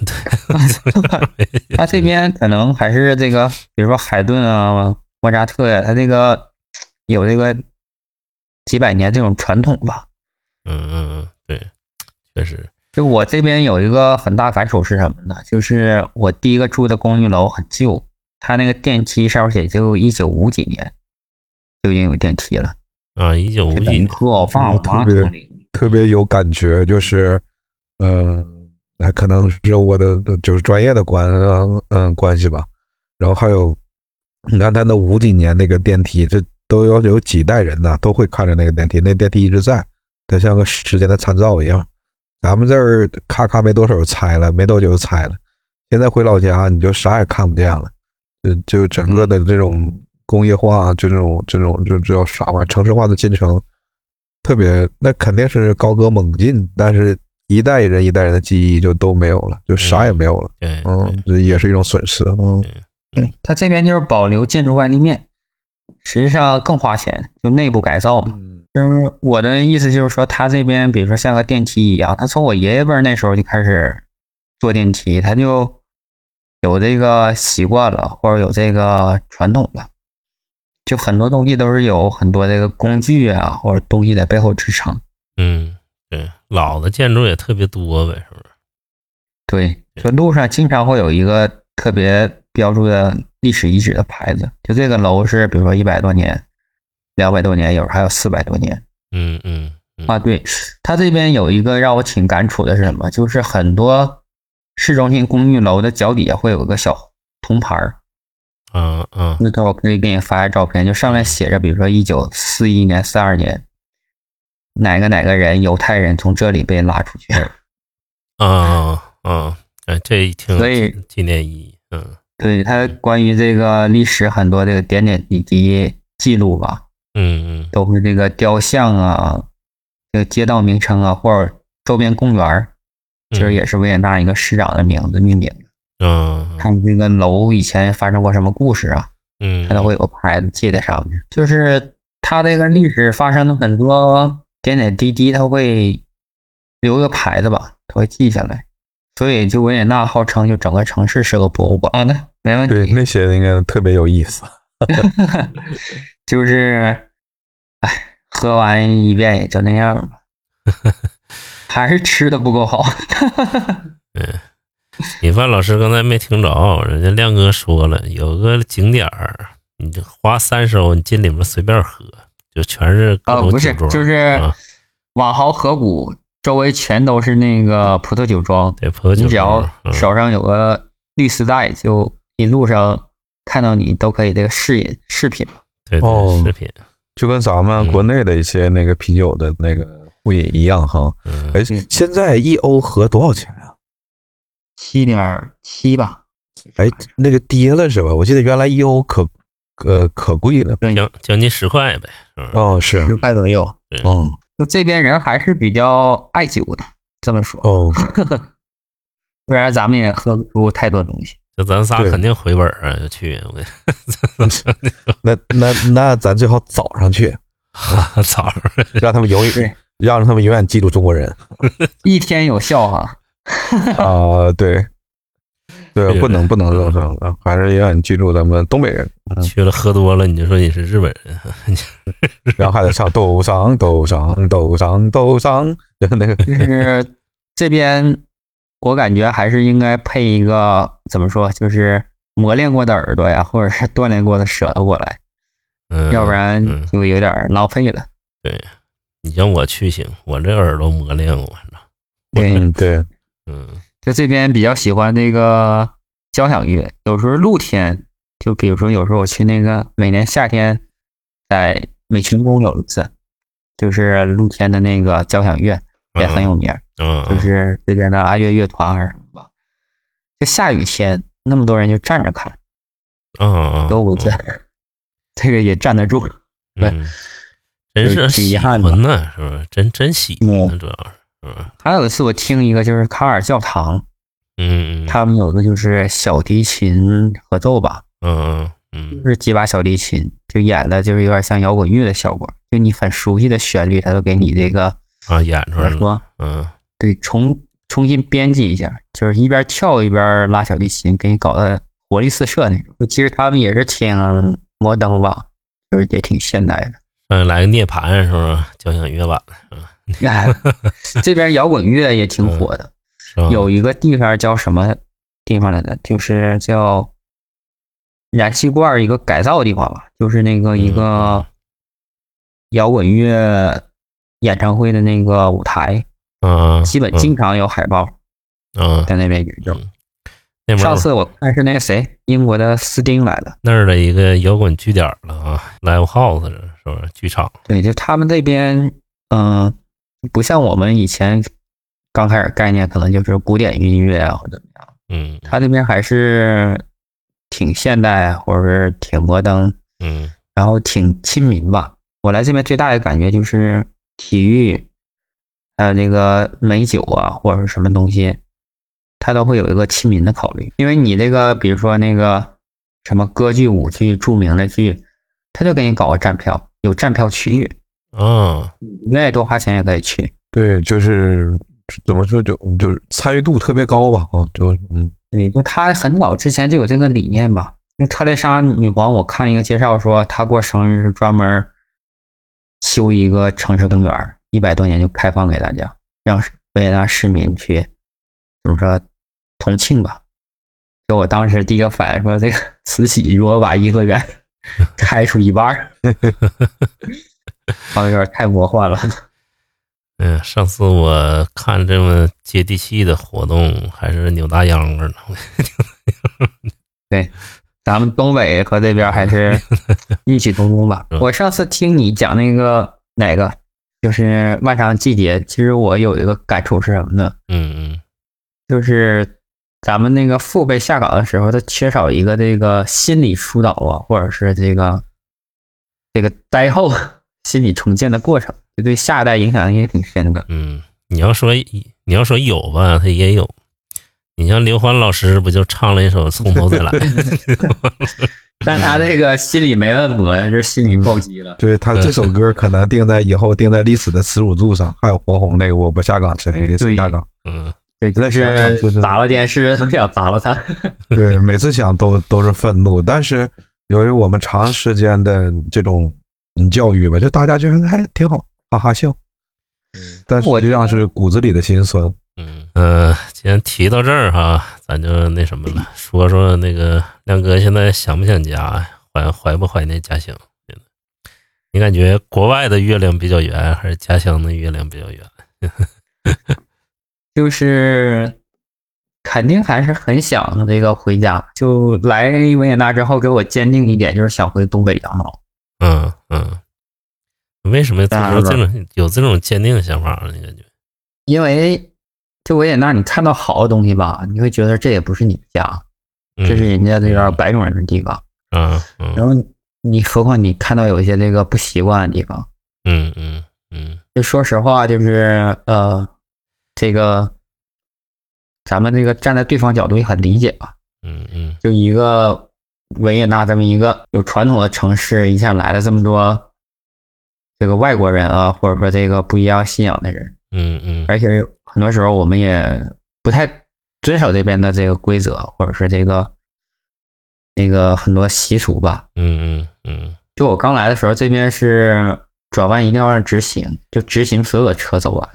对，他这边可能还是这个，比如说海顿啊、莫扎特呀、他这个有这个几百年这种传统吧。嗯嗯嗯，对，确实，就我这边有一个很大感受是什么呢？就是我第一个住的公寓楼很旧，它那个电梯上面写就一九五几年就已经有电梯了，啊，一九五就几等于年，哦说我爸我妈特别从里特别有感觉，就是，嗯，还可能是我的呃就是专业的关嗯关系吧。然后还有，你看他那五几年那个电梯，这都有有几代人呐，都会看着那个电梯，那电梯一直在，它像个时间的参照一样。咱们这儿咔咔没多少拆了，没多久就拆了。现在回老家你就啥也看不见了，就就整个的这种工业化，就这种这种就叫啥玩意儿，城市化的进程，特别那肯定是高歌猛进，但是一代人一代人的记忆就都没有了，就啥也没有了。对，嗯，这也是一种损失。嗯，对，它这边就是保留建筑外立面，实际上更花钱，就内部改造嘛。嗯就是我的意思就是说，它这边比如说像个电梯一样，它从我爷爷辈儿那时候就开始坐电梯，他就有这个习惯了，或者有这个传统了。就很多东西都是有很多这个工具啊，或者东西在背后支撑。嗯，对，老的建筑也特别多呗，是不是？对，就路上经常会有一个特别标注的历史遗址的牌子，就这个楼是比如说一百多年、两百多年，有时候还有四百多年嗯嗯嗯啊。对，它这边有一个让我挺感触的是什么？就是很多市中心公寓楼的脚底下会有个小铜牌儿，啊啊那到我可以给你发照片，就上面写着，比如说一九四一年、四二年，哪个哪个人犹太人从这里被拉出去。啊啊啊！哎，这挺有所以纪念意义，嗯 对他关于这个历史很多这个点点滴滴记录吧，嗯嗯都是这个雕像啊，这个街道名称啊，或者周边公园儿，其实也是维也纳一个市长的名字命名的。嗯看这个楼以前发生过什么故事啊，嗯，它都会有个牌子记在上面。就是它这个历史发生的很多点点滴滴，它会留个牌子吧，它会记下来。所以就维也纳号称就整个城市是个博物馆。好的，没问题。对，那些应该特别有意思。就是，哎，喝完一遍也就那样 吧，还是吃的不够好。米饭老师刚才没听着，人家亮哥说了，有个景点儿，你就花三十欧，你进里面随便喝，就全是各啊，种不是酒，庄，就是啊瓦豪河谷周围全都是那个葡萄酒庄，对葡萄你酒只庄要儿，嗯手上有个绿丝带，就一路上看到你都可以这个试饮试品。对哦对视频，就跟咱们国内的一些那个啤酒的那个互饮一样哈。嗯哎，现在一欧合多少钱啊？七点七吧，哎，那个跌了是吧？我记得原来一欧可呃可贵了。将将近十块呗，嗯哦，是，十块左右。嗯，就这边人还是比较爱酒的，这么说，哦，不然咱们也喝不出太多东西。就咱仨对肯定回本儿啊，就去，我跟那那那咱最好早上去，你 早上让他们永对远让他们永远记住中国 人一天有效哈、啊！对，对，不能不能让他们，还是永远记住咱们东北人。去了喝多了，你就说你是日本人，然后还得唱斗上斗上斗上斗上，就是那个 就是这边，我感觉还是应该配一个怎么说，就是磨练过的耳朵呀，或者是锻炼过的舌头过来，嗯，要不然嗯就有点浪费了。你让我去行，我这耳朵磨练过呢，对，嗯对，嗯就这边比较喜欢那个交响乐，有时候露天，就比如说有时候我去那个每年夏天在美泉宫有一次，就是露天的那个交响乐也很有名。嗯，就嗯是这边的爱乐乐团啊还是什么吧。就下雨天，那么多人就站着看，嗯，都不在， 这个也站得住。嗯，真就是挺遗喜憾的欢呢，是不是？真真喜欢，主要是，嗯还有一次我听一个就是卡尔教堂，嗯嗯他们有个就是小提琴合奏吧，嗯嗯就是几把小提琴，就演的就是有点像摇滚乐的效果，就你很熟悉的旋律，他都给你这个啊，演出来怎么了，说？嗯对，重重新编辑一下，就是一边跳一边拉小提琴，给你搞得活力四射那种。其实他们也是挺摩登吧，就是也挺现代的。嗯，来个涅槃是不是？交响乐版嗯哎，这边摇滚乐也挺火的，是吧？有一个地方叫什么地方来的，就是叫燃气罐儿一个改造地方吧，就是那个一嗯个摇滚乐演唱会的那个舞台，嗯，基本经常有海报嗯，在那边也有。那边上次我看是那个谁，英国的斯丁来的，那儿的一个摇滚据点了啊，Live House 是不是？剧场，对，就他们这边，嗯、不像我们以前刚开始概念，可能就是古典音乐啊或者怎么样，嗯他那边还是挺现代啊或者是挺摩登，嗯然后挺亲民吧。我来这边最大的感觉就是体育，还有那个美酒啊，或者是什么东西，它都会有一个亲民的考虑。因为你这个，比如说那个什么歌剧、舞剧、著名的剧，他就给你搞个站票，有站票区域，啊，你愿意多花钱也可以去。对，就是怎么说就就是参与度特别高吧，啊，就嗯，对，就他很早之前就有这个理念吧。那特蕾莎女皇，我看一个介绍说，她过生日是专门修一个城市公园，一百多年就开放给大家，让维也纳市民去怎么说同庆吧。就我当时第一个反应说，这个 慈禧如果把颐和园 开出一半儿， 好像有点太魔幻了。嗯，上次我看这么接地气的活动，还是扭大秧歌呢。咱们东北和这边还是异曲同工吧。嗯我上次听你讲那个哪个，就是漫长季节，其实我有一个感触是什么呢？嗯就是咱们那个父辈下岗的时候，他缺少一个这个心理疏导啊，或者是这个这个灾后心理重建的过程，就对下一代影响也挺 深的。嗯，你要说你要说有吧，他也有。你像刘欢老师不就唱了一首《从头再来》 但他这个心理没按摩，这心理暴击嗯了。就是他这首歌可能定在以后定在历史的耻辱柱上，还有火红那个我不下岗谁谁下岗，嗯，对，那是是砸了电视，都想砸了他。对，每次想都都是愤怒，但是由于我们长时间的这种嗯教育吧，就大家觉得还挺好，哈哈笑。但实际上是骨子里的心酸。嗯，呃，既然提到这儿哈，咱就那什么了，说说那个亮哥现在想不想家呀？怀怀不怀念家乡？现在你感觉国外的月亮比较圆，还是家乡的月亮比较圆？就是肯定还是很想这个回家。就来维也纳之后，给我坚定一点，就是想回东北养老。嗯嗯，为什么有当然这种有这种坚定的想法呢？你感觉？因为就维也纳，你看到好的东西吧，你会觉得这也不是你家，嗯这是人家这边白种人的地方。嗯嗯然后你何况你看到有一些这个不习惯的地方，嗯嗯嗯就说实话，就是呃，这个咱们这个站在对方角度也很理解吧。嗯嗯就一个维也纳这么一个有传统的城市，一下来了这么多这个外国人啊，或者说这个不一样信仰的人，嗯嗯而且很多时候我们也不太遵守这边的这个规则，或者是这个那个很多习俗吧。嗯嗯就我刚来的时候，这边是转弯一定要让直行，就直行所有的车走完。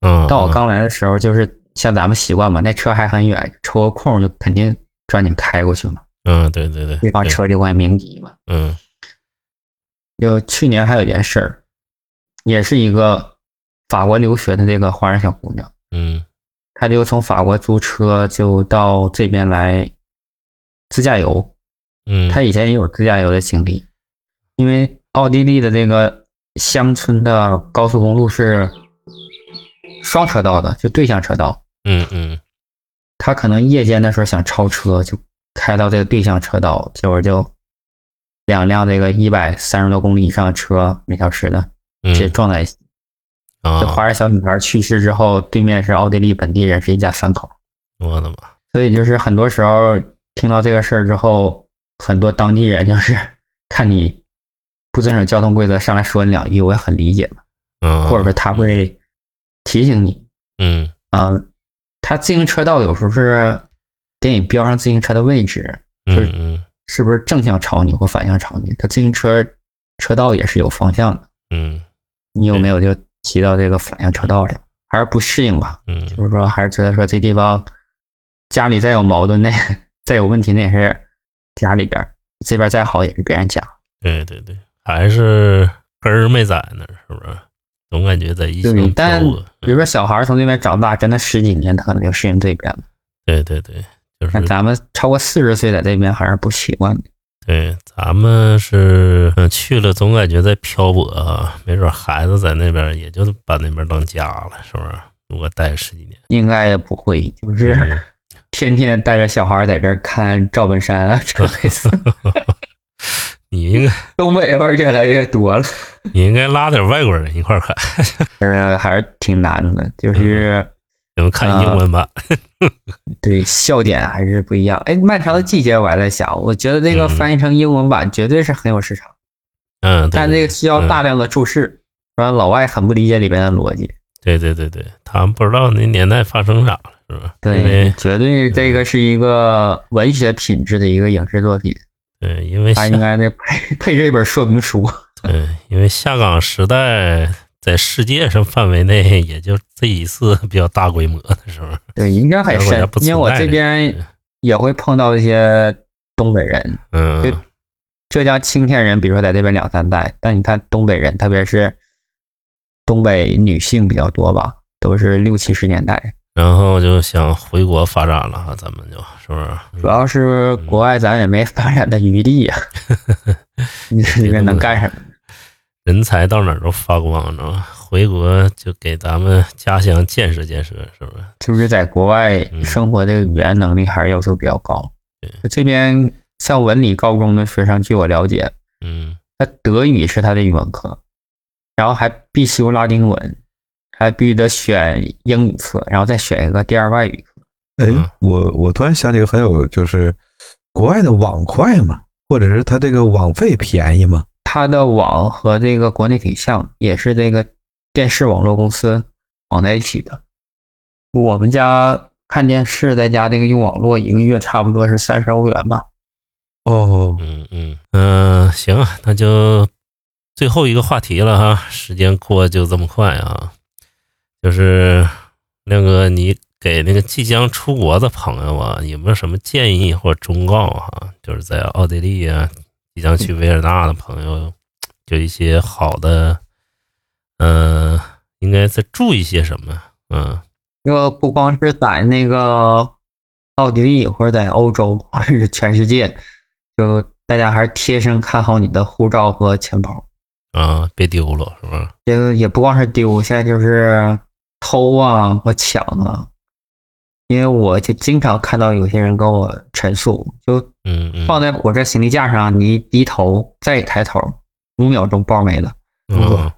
嗯。但我刚来的时候，就是像咱们习惯嘛，那车还很远，抽个空就肯定抓紧开过去嘛，嗯，对对对，对方车就会鸣笛嘛。嗯就去年还有一件事儿，也是一个法国留学的这个华人小姑娘，嗯她就从法国租车就到这边来自驾游。嗯，她以前也有自驾游的经历，因为奥地利的这个乡村的高速公路是双车道的，就对向车道。嗯嗯她可能夜间的时候想超车，就开到这个对向车道，结果就两辆这个一百三十多公里以上的车每小时的嗯直接撞在一起。这啊，华人小女孩去世之后，对面是奥地利本地人，是一家三口。我的妈，所以就是很多时候听到这个事儿之后，很多当地人就是看你不遵守交通规则上来说你两句，我也很理解嘛。嗯，或者说他会提醒你，嗯嗯，他自行车道有时候是给你标上自行车的位置，嗯嗯是不是正向朝你或反向朝你？他自行车车道也是有方向的，嗯你有没有就骑到这个反向车道上？还是不适应吧？嗯就是说还是觉得说这地方家里再有矛盾，那 再有问题，那也是家里边儿；这边再好也是别人家。对对对，还是根儿没在那儿，是不是？总感觉在异对，乡但飘过。比如说小孩儿从那边长大，真的十几年，他可能就适应这边了。对对对，就是但咱们超过四十岁在这边还是不习惯的。对，咱们是嗯去了，总感觉在漂泊啊，没准孩子在那边也就把那边当家了，是不是？如果待十几年，嗯应该也不会，就是 天天带着小孩儿在这儿看赵本山啊之类的。你应该东北味儿越来越多了，你应该拉点外国人一块儿看，呃，还是挺难的。就是你们看英文版，啊对，笑点还是不一样。哎，《漫长的季节》我还在想，我觉得这个嗯翻译成英文版绝对是很有市场，嗯，对但这对个需要大量的注释，不然老外很不理解里边的逻辑。对对对对，他们不知道那年代发生啥了，是吧？因为绝对这个是一个文学品质的一个影视 作品，对，因为它应该得配配这本说 明书。对，因为下岗时代在世界上范围内也就这一次比较大规模的时候，对，应该很别的深国家不，存在因为我这边也会碰到一些东北人，嗯对浙江青天人，比如说在这边两三代，但你看东北人，特别是东北女性比较多吧，都是六七十年代。然后就想回国发展了哈，咱们就是不是？主要是国外咱也没发展的余地呀、你这里面能干什么？人才到哪儿都发光，你知道吗？回国就给咱们家乡建设建设，是不是？就是在国外嗯生活的语言能力还是要求比较高。这边像文理高中的学生，据我了解，嗯他德语是他的语文课，然后还必修拉丁文，还必须得选英语课，然后再选一个第二外语课。哎嗯，我我突然想起个很有，就是国外的网快嘛，或者是它这个网费便宜嘛，他的网和这个国内挺像，也是这个电视网络公司绑在一起的。我们家看电视，在家这个用网络一个月差不多是三十欧元吧。哦，嗯嗯嗯、呃行，那就最后一个话题了哈，时间过就这么快啊，就是亮哥，你给那个即将出国的朋友啊，有没有什么建议或者忠告哈？就是在奥地利啊，即将去维也纳的朋友，就一些好的，嗯、应该再注意些什么？嗯这个不光是在那个奥地利，或者在欧洲，或者是全世界，就大家还是贴身看好你的护照和钱包。啊，别丢了，是吧？这个也不光是丢，现在就是偷啊和抢啊。因为我就经常看到有些人跟我陈述，就嗯嗯，放在火车行李架上，你低头再一抬头，五秒钟包没了。嗯嗯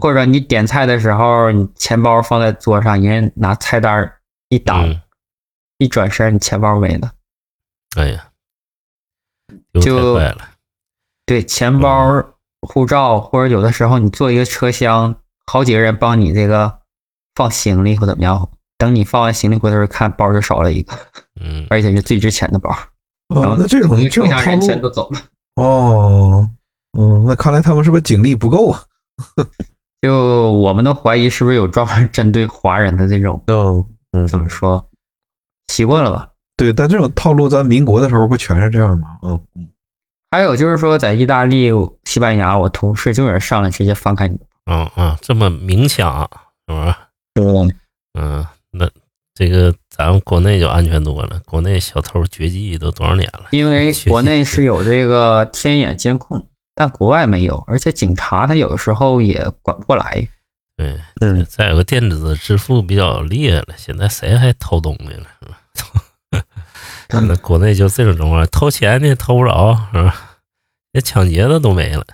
或者你点菜的时候，你钱包放在桌上，人家拿菜单儿一挡，嗯一转身你钱包没了。哎呀，丢太就快了。对，钱包、护照，或者有的时候你坐一个车厢，好几个人帮你这个放行李或怎么样，等你放完行李回头看，包就少了一个，嗯而且是最值钱的包。然哦后，那这种你这剩种下套人全都路，走了。哦，嗯，那看来他们是不是警力不够啊？就我们都怀疑是不是有专门针对华人的这种嗯嗯，怎么说习惯了吧？对，但这种套路在民国的时候不全是这样吗？嗯， 还有就是说，在意大利、西班牙，我同事就有人上来直接翻开你的嗯嗯，这么明抢啊，是不是？包，嗯，那这个咱们国内就安全多了，国内小偷绝迹都多少年了？因为确国实内是有这个天眼监控，但国外没有，而且警察他有的时候也管不过来。对，嗯再有个电子支付比较厉害了，现在谁还偷东西了？是吧？那国内就这种情况，偷钱的偷不着，是吧？连抢劫的都没了。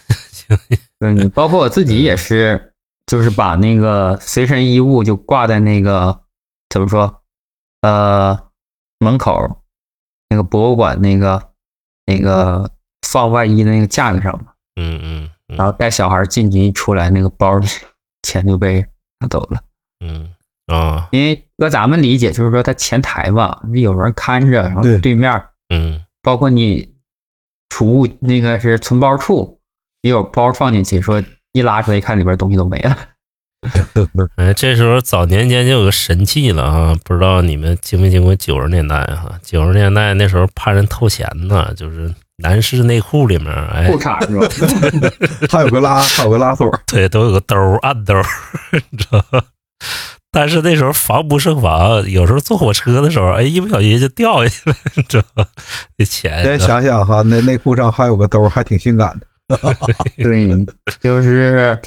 嗯，包括我自己也是，就是把那个随身衣物就挂在那个怎么说，呃，门口那个博物馆那个那个放外衣的那个架子上嘛，嗯嗯嗯然后带小孩进去一出来，那个包里 钱就被拿走了。嗯啊因为搁咱们理解就是说，他前台嘛，有人看着，然后对对面儿嗯包括你储物那个是存包处，也有包放进去，说一拉出来一看里边东西都没了。哎，这时候早年间就有个神器了啊，不知道你们经没经过九十年代啊？九十年代那时候怕人偷钱呢，就是男士内裤里面，哎，裤衩是吧？还有个拉，还有个拉锁， 对，都有个兜儿暗兜儿， 你知道吧？但是那时候防不胜防，有时候坐火车的时候，哎，一不小心就掉下去了， 你知道吧？那哎钱，啊再想想哈，那内裤上还有个兜，还挺性感的。对，就是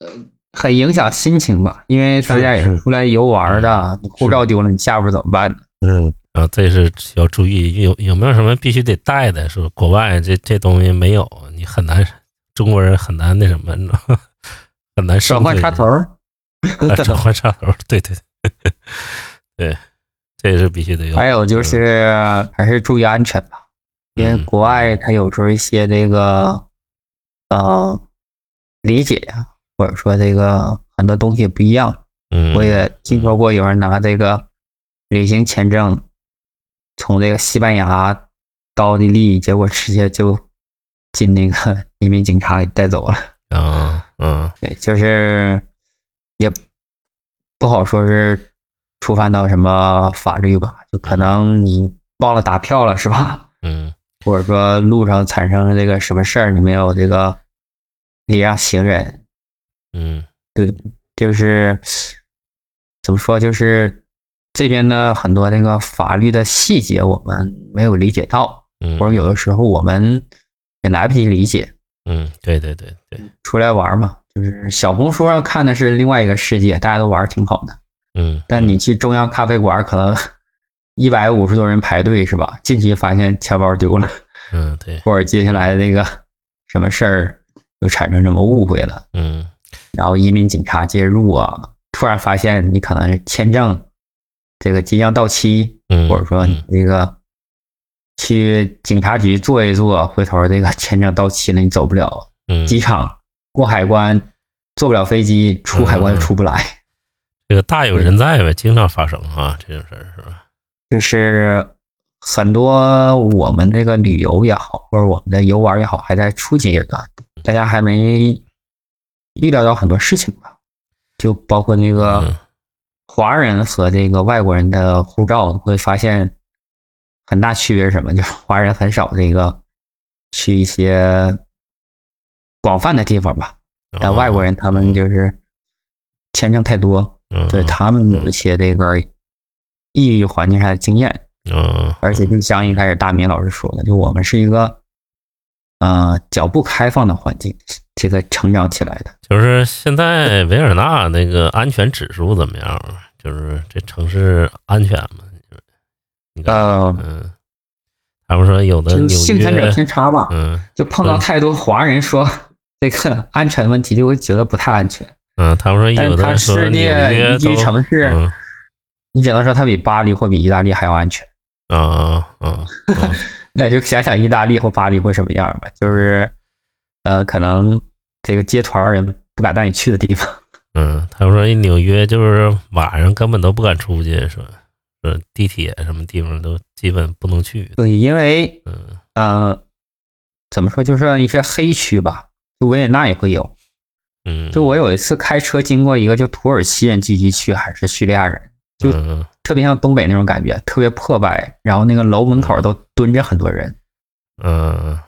呃很影响心情吧，因为大家也是出来游玩的，你护照丢了，你下边怎么办？嗯，啊，这是要注意，有有没有什么必须得带的？说国外这这东西没有，你很难，中国人很难那什么，你知道吗 很难转换插头， 啊，转换插头，对对对，对，这也是必须得有。还有就是还是注意安全吧，因为嗯国外它有时候一些这个呃理解啊，或者说这个很多东西不一样，嗯，我也听说过有人拿这个旅行签证从这个西班牙到奥地利，结果直接就进那个移民警察给带走了。啊嗯对，就是也不好说是触犯到什么法律吧，就可能你忘了打票了是吧？嗯或者说路上产生了这个什么事儿，你没有这个礼让行人，嗯就是怎么说，就是这边的很多那个法律的细节我们没有理解到，嗯，或者有的时候我们也来不及理解。嗯，对对对对，出来玩嘛，就是小红书上看的是另外一个世界，大家都玩儿挺好的，嗯，但你去中央咖啡馆，可能 一百五十多人排队是吧？进去发现钱包丢了，嗯对，或者接下来那个什么事儿又产生什么误会了，嗯然后移民警察介入啊，突然发现你可能是签证这个即将到期，嗯，或者说你嗯这个去警察局坐一坐，回头这个签证到期了你走不了，嗯机场过海关坐不了飞机，出海嗯关又出不来，这个大有嗯人在呗，经常发生啊这种事儿是吧？就是很多我们这个旅游也好，或者我们的游玩也好，还在初级阶段，大家还没预料到很多事情吧，就包括那个。嗯华人和这个外国人的护照会发现很大区别是什么？ 就是华人很少这个去一些广泛的地方吧，啊但外国人他们就是签证太多，哦嗯对他们有一些这个异域环境下的经验，嗯而且就像一开始大明老师说的，就我们是一个呃脚步开放的环境，这个成长起来的。就是现在维尔纳那个安全指数怎么样啊？就是这城市安全吗？你感觉呃，嗯，他们说有的就是纽幸存者约，偏差吧，嗯就碰到嗯太多华人说这个安全问题，就会觉得不太安全。嗯，他们说但有是的它说世纽界约一级都城市，嗯你只能说它比巴黎或比意大利还要安全。啊啊啊那就想想意大利或巴黎会什么样吧，就是呃，可能这个接团儿人不敢带你去的地方。嗯，他们说一纽约就是晚上根本都不敢出去，说说地铁什么地方都基本不能去，对，因为嗯呃，怎么说，就是一些黑区吧，就维也纳也会有。嗯，就我有一次开车经过一个就土耳其人聚集区，还是叙利亚人，就嗯特别像东北那种感觉，特别破败，然后那个楼门口都蹲着很多人。嗯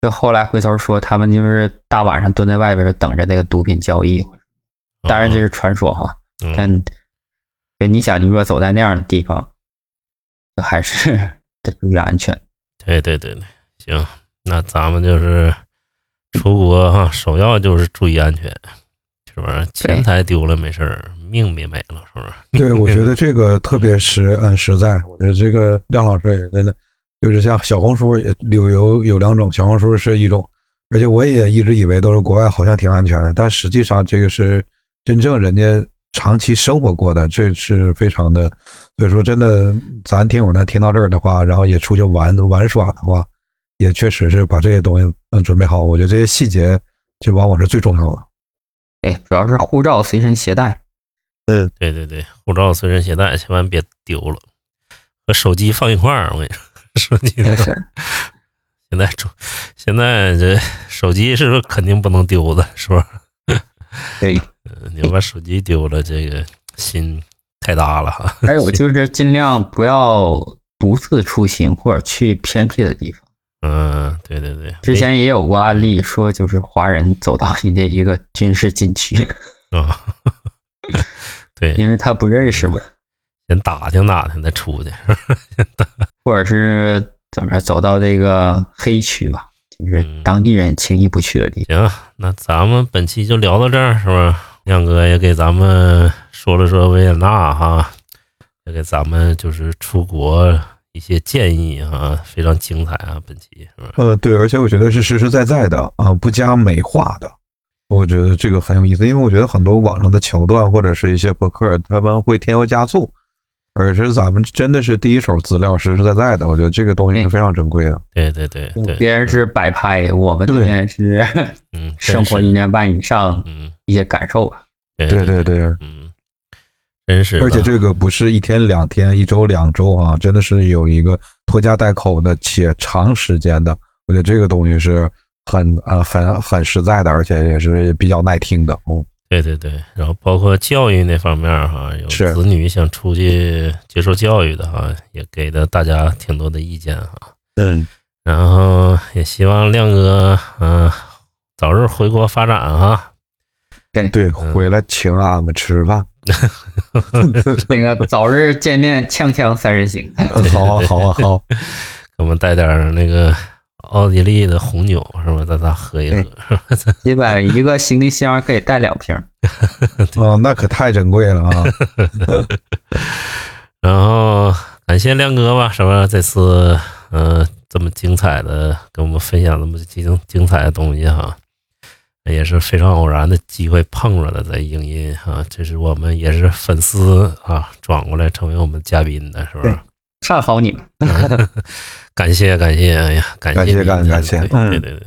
就后来回头说，他们就是大晚上蹲在外边儿等着那个毒品交易，当然这是传说哈。嗯但就你想，你如果走在那样的地方，就还是 得注意安全。对对对对，行，那咱们就是出国哈，首要就是注意安全，是不是？钱财丢了没事儿，命没没了，是不是？对，我觉得这个特别实，嗯，实在。我觉得这个亮老师也真的，就是像小红书也旅游有两种，小红书是一种，而且我也一直以为都是国外好像挺安全的，但实际上这个是真正人家长期生活过的，这是非常的。所以说，真的，咱听友呢听到这儿的话，然后也出去玩玩耍的话，也确实是把这些东西嗯准备好。我觉得这些细节就往往是最重要的。哎，主要是护照随身携带，对对对，护照随身携带，千万别丢了，和手机放一块儿。我跟你说， 手机这个是现在中，现在这手机是不是肯定不能丢的，是吧？对。嗯你把手机丢了，这个心太大了哈。 还有就是尽量不要独自出行或者去偏僻的地方。嗯，对对对，之前也有过案例说，就是华人走到你的一个军事禁区，啊，对，因为他不认识嘛。先打听打听再出去。或者是怎么着走到这个黑区吧，就是嗯当地人轻易不去的地方。行，那咱们本期就聊到这儿，是不是？亮哥也给咱们说了说维也纳哈，也给咱们就是出国一些建议啊，非常精彩啊，本期是吧？呃，对，而且我觉得是实实在在的啊，不加美化的。我觉得这个很有意思，因为我觉得很多网上的桥段或者是一些博客，他们会添油加醋，而是咱们真的是第一手资料，实实在在的。我觉得这个东西是非常珍贵的。对对对对，嗯别人是摆拍，我们这对边是嗯，生 真是活一年半以上嗯，一些感 受吧。对对对对，嗯，真是的，而且这个不是一天两天、一周两周啊，真的是有一个拖家带口的且长时间的。我觉得这个东西是很啊很很实在的，而且也是比较耐听的。嗯，对对对，然后包括教育那方面儿哈，有是子女想出去接受教育的哈，也给了大家挺多的意见哈。嗯，然后也希望亮哥，嗯、早日回国发展啊！对，回来请俺们吃饭。那个早日见面，锵锵三人行。好啊，好啊，好啊，给我们带点儿那个奥地利的红酒是吧？咱仨喝嗯一喝，基本一个行李箱可以带两瓶儿。啊，那可太珍贵了啊！然后感谢亮哥吧，什么这次呃这么精彩的跟我们分享这么精精彩的东西哈，也是非常偶然的机会碰着的，在影音哈，这是我们也是粉丝啊转过来成为我们嘉宾的，是不是对？看好你们，感谢感谢，哎呀，感感谢谢感你感谢对嗯对对对，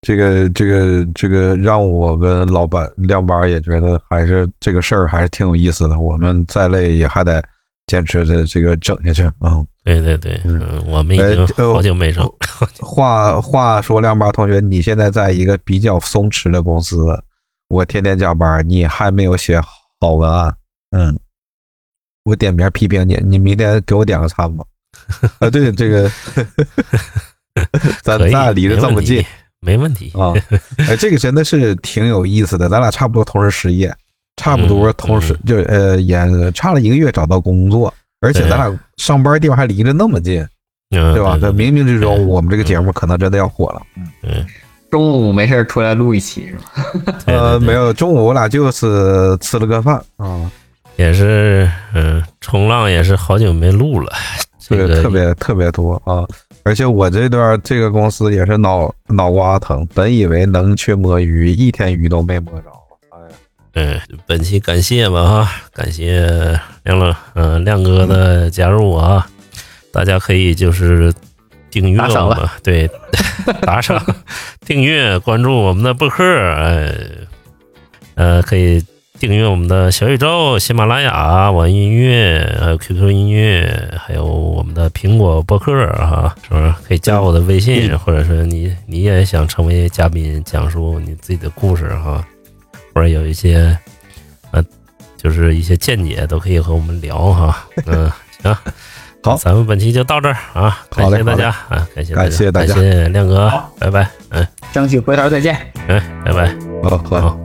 这个这个这个让我跟老板亮八也觉得还是这个事儿还是挺有意思的。我们再累也还得坚持的这个整下去啊。嗯对对对，嗯嗯，我们已呃经呃好久没上，话话说，亮八同学，你现在在一个比较松弛的公司，我天天加班，你还没有写好文案，嗯，我点名批评你，你明天给我点个餐吧。啊，对，这个 咱可以咱俩离得这么近，没问题，没 啊问题，，哎，这个真的是挺有意思的，咱俩差不多同时失业，差不嗯多同时、就呃也差了一个月找到工作，而且咱俩上班地方还离着那么近，嗯，哦对吧？对这冥冥之对中，我们这个节目可能真的要火了。中午没事儿出来录一期是吧？对呃，对没有，中午我俩就是吃了个饭啊，也是，嗯，冲浪也是好久没录了，这对，个特别特别多啊。而且我这段这个公司也是脑脑瓜疼，本以为能去摸鱼，一天鱼都没摸着。哎嗯，本期感谢吧哈，感谢亮亮，嗯、亮哥的加入啊，大家可以就是订阅打赏我们，对， 打赏、订阅、关注我们的播客，哎，呃，可以订阅我们的小宇宙、喜马拉雅、网易音乐，还有 QQ 音乐，还有我们的苹果播客啊，是不是可以加我的微信，或者是你你也想成为嘉宾，讲述你自己的故事哈、或者有一些，呃，就是一些见解，都可以和我们聊 哈。嗯、行，好咱们本期就到这儿啊，感好嘞谢大好嘞家啊，感谢感谢大感家谢亮哥，拜拜，嗯争取回头再见。嗯，拜拜。啊，好。好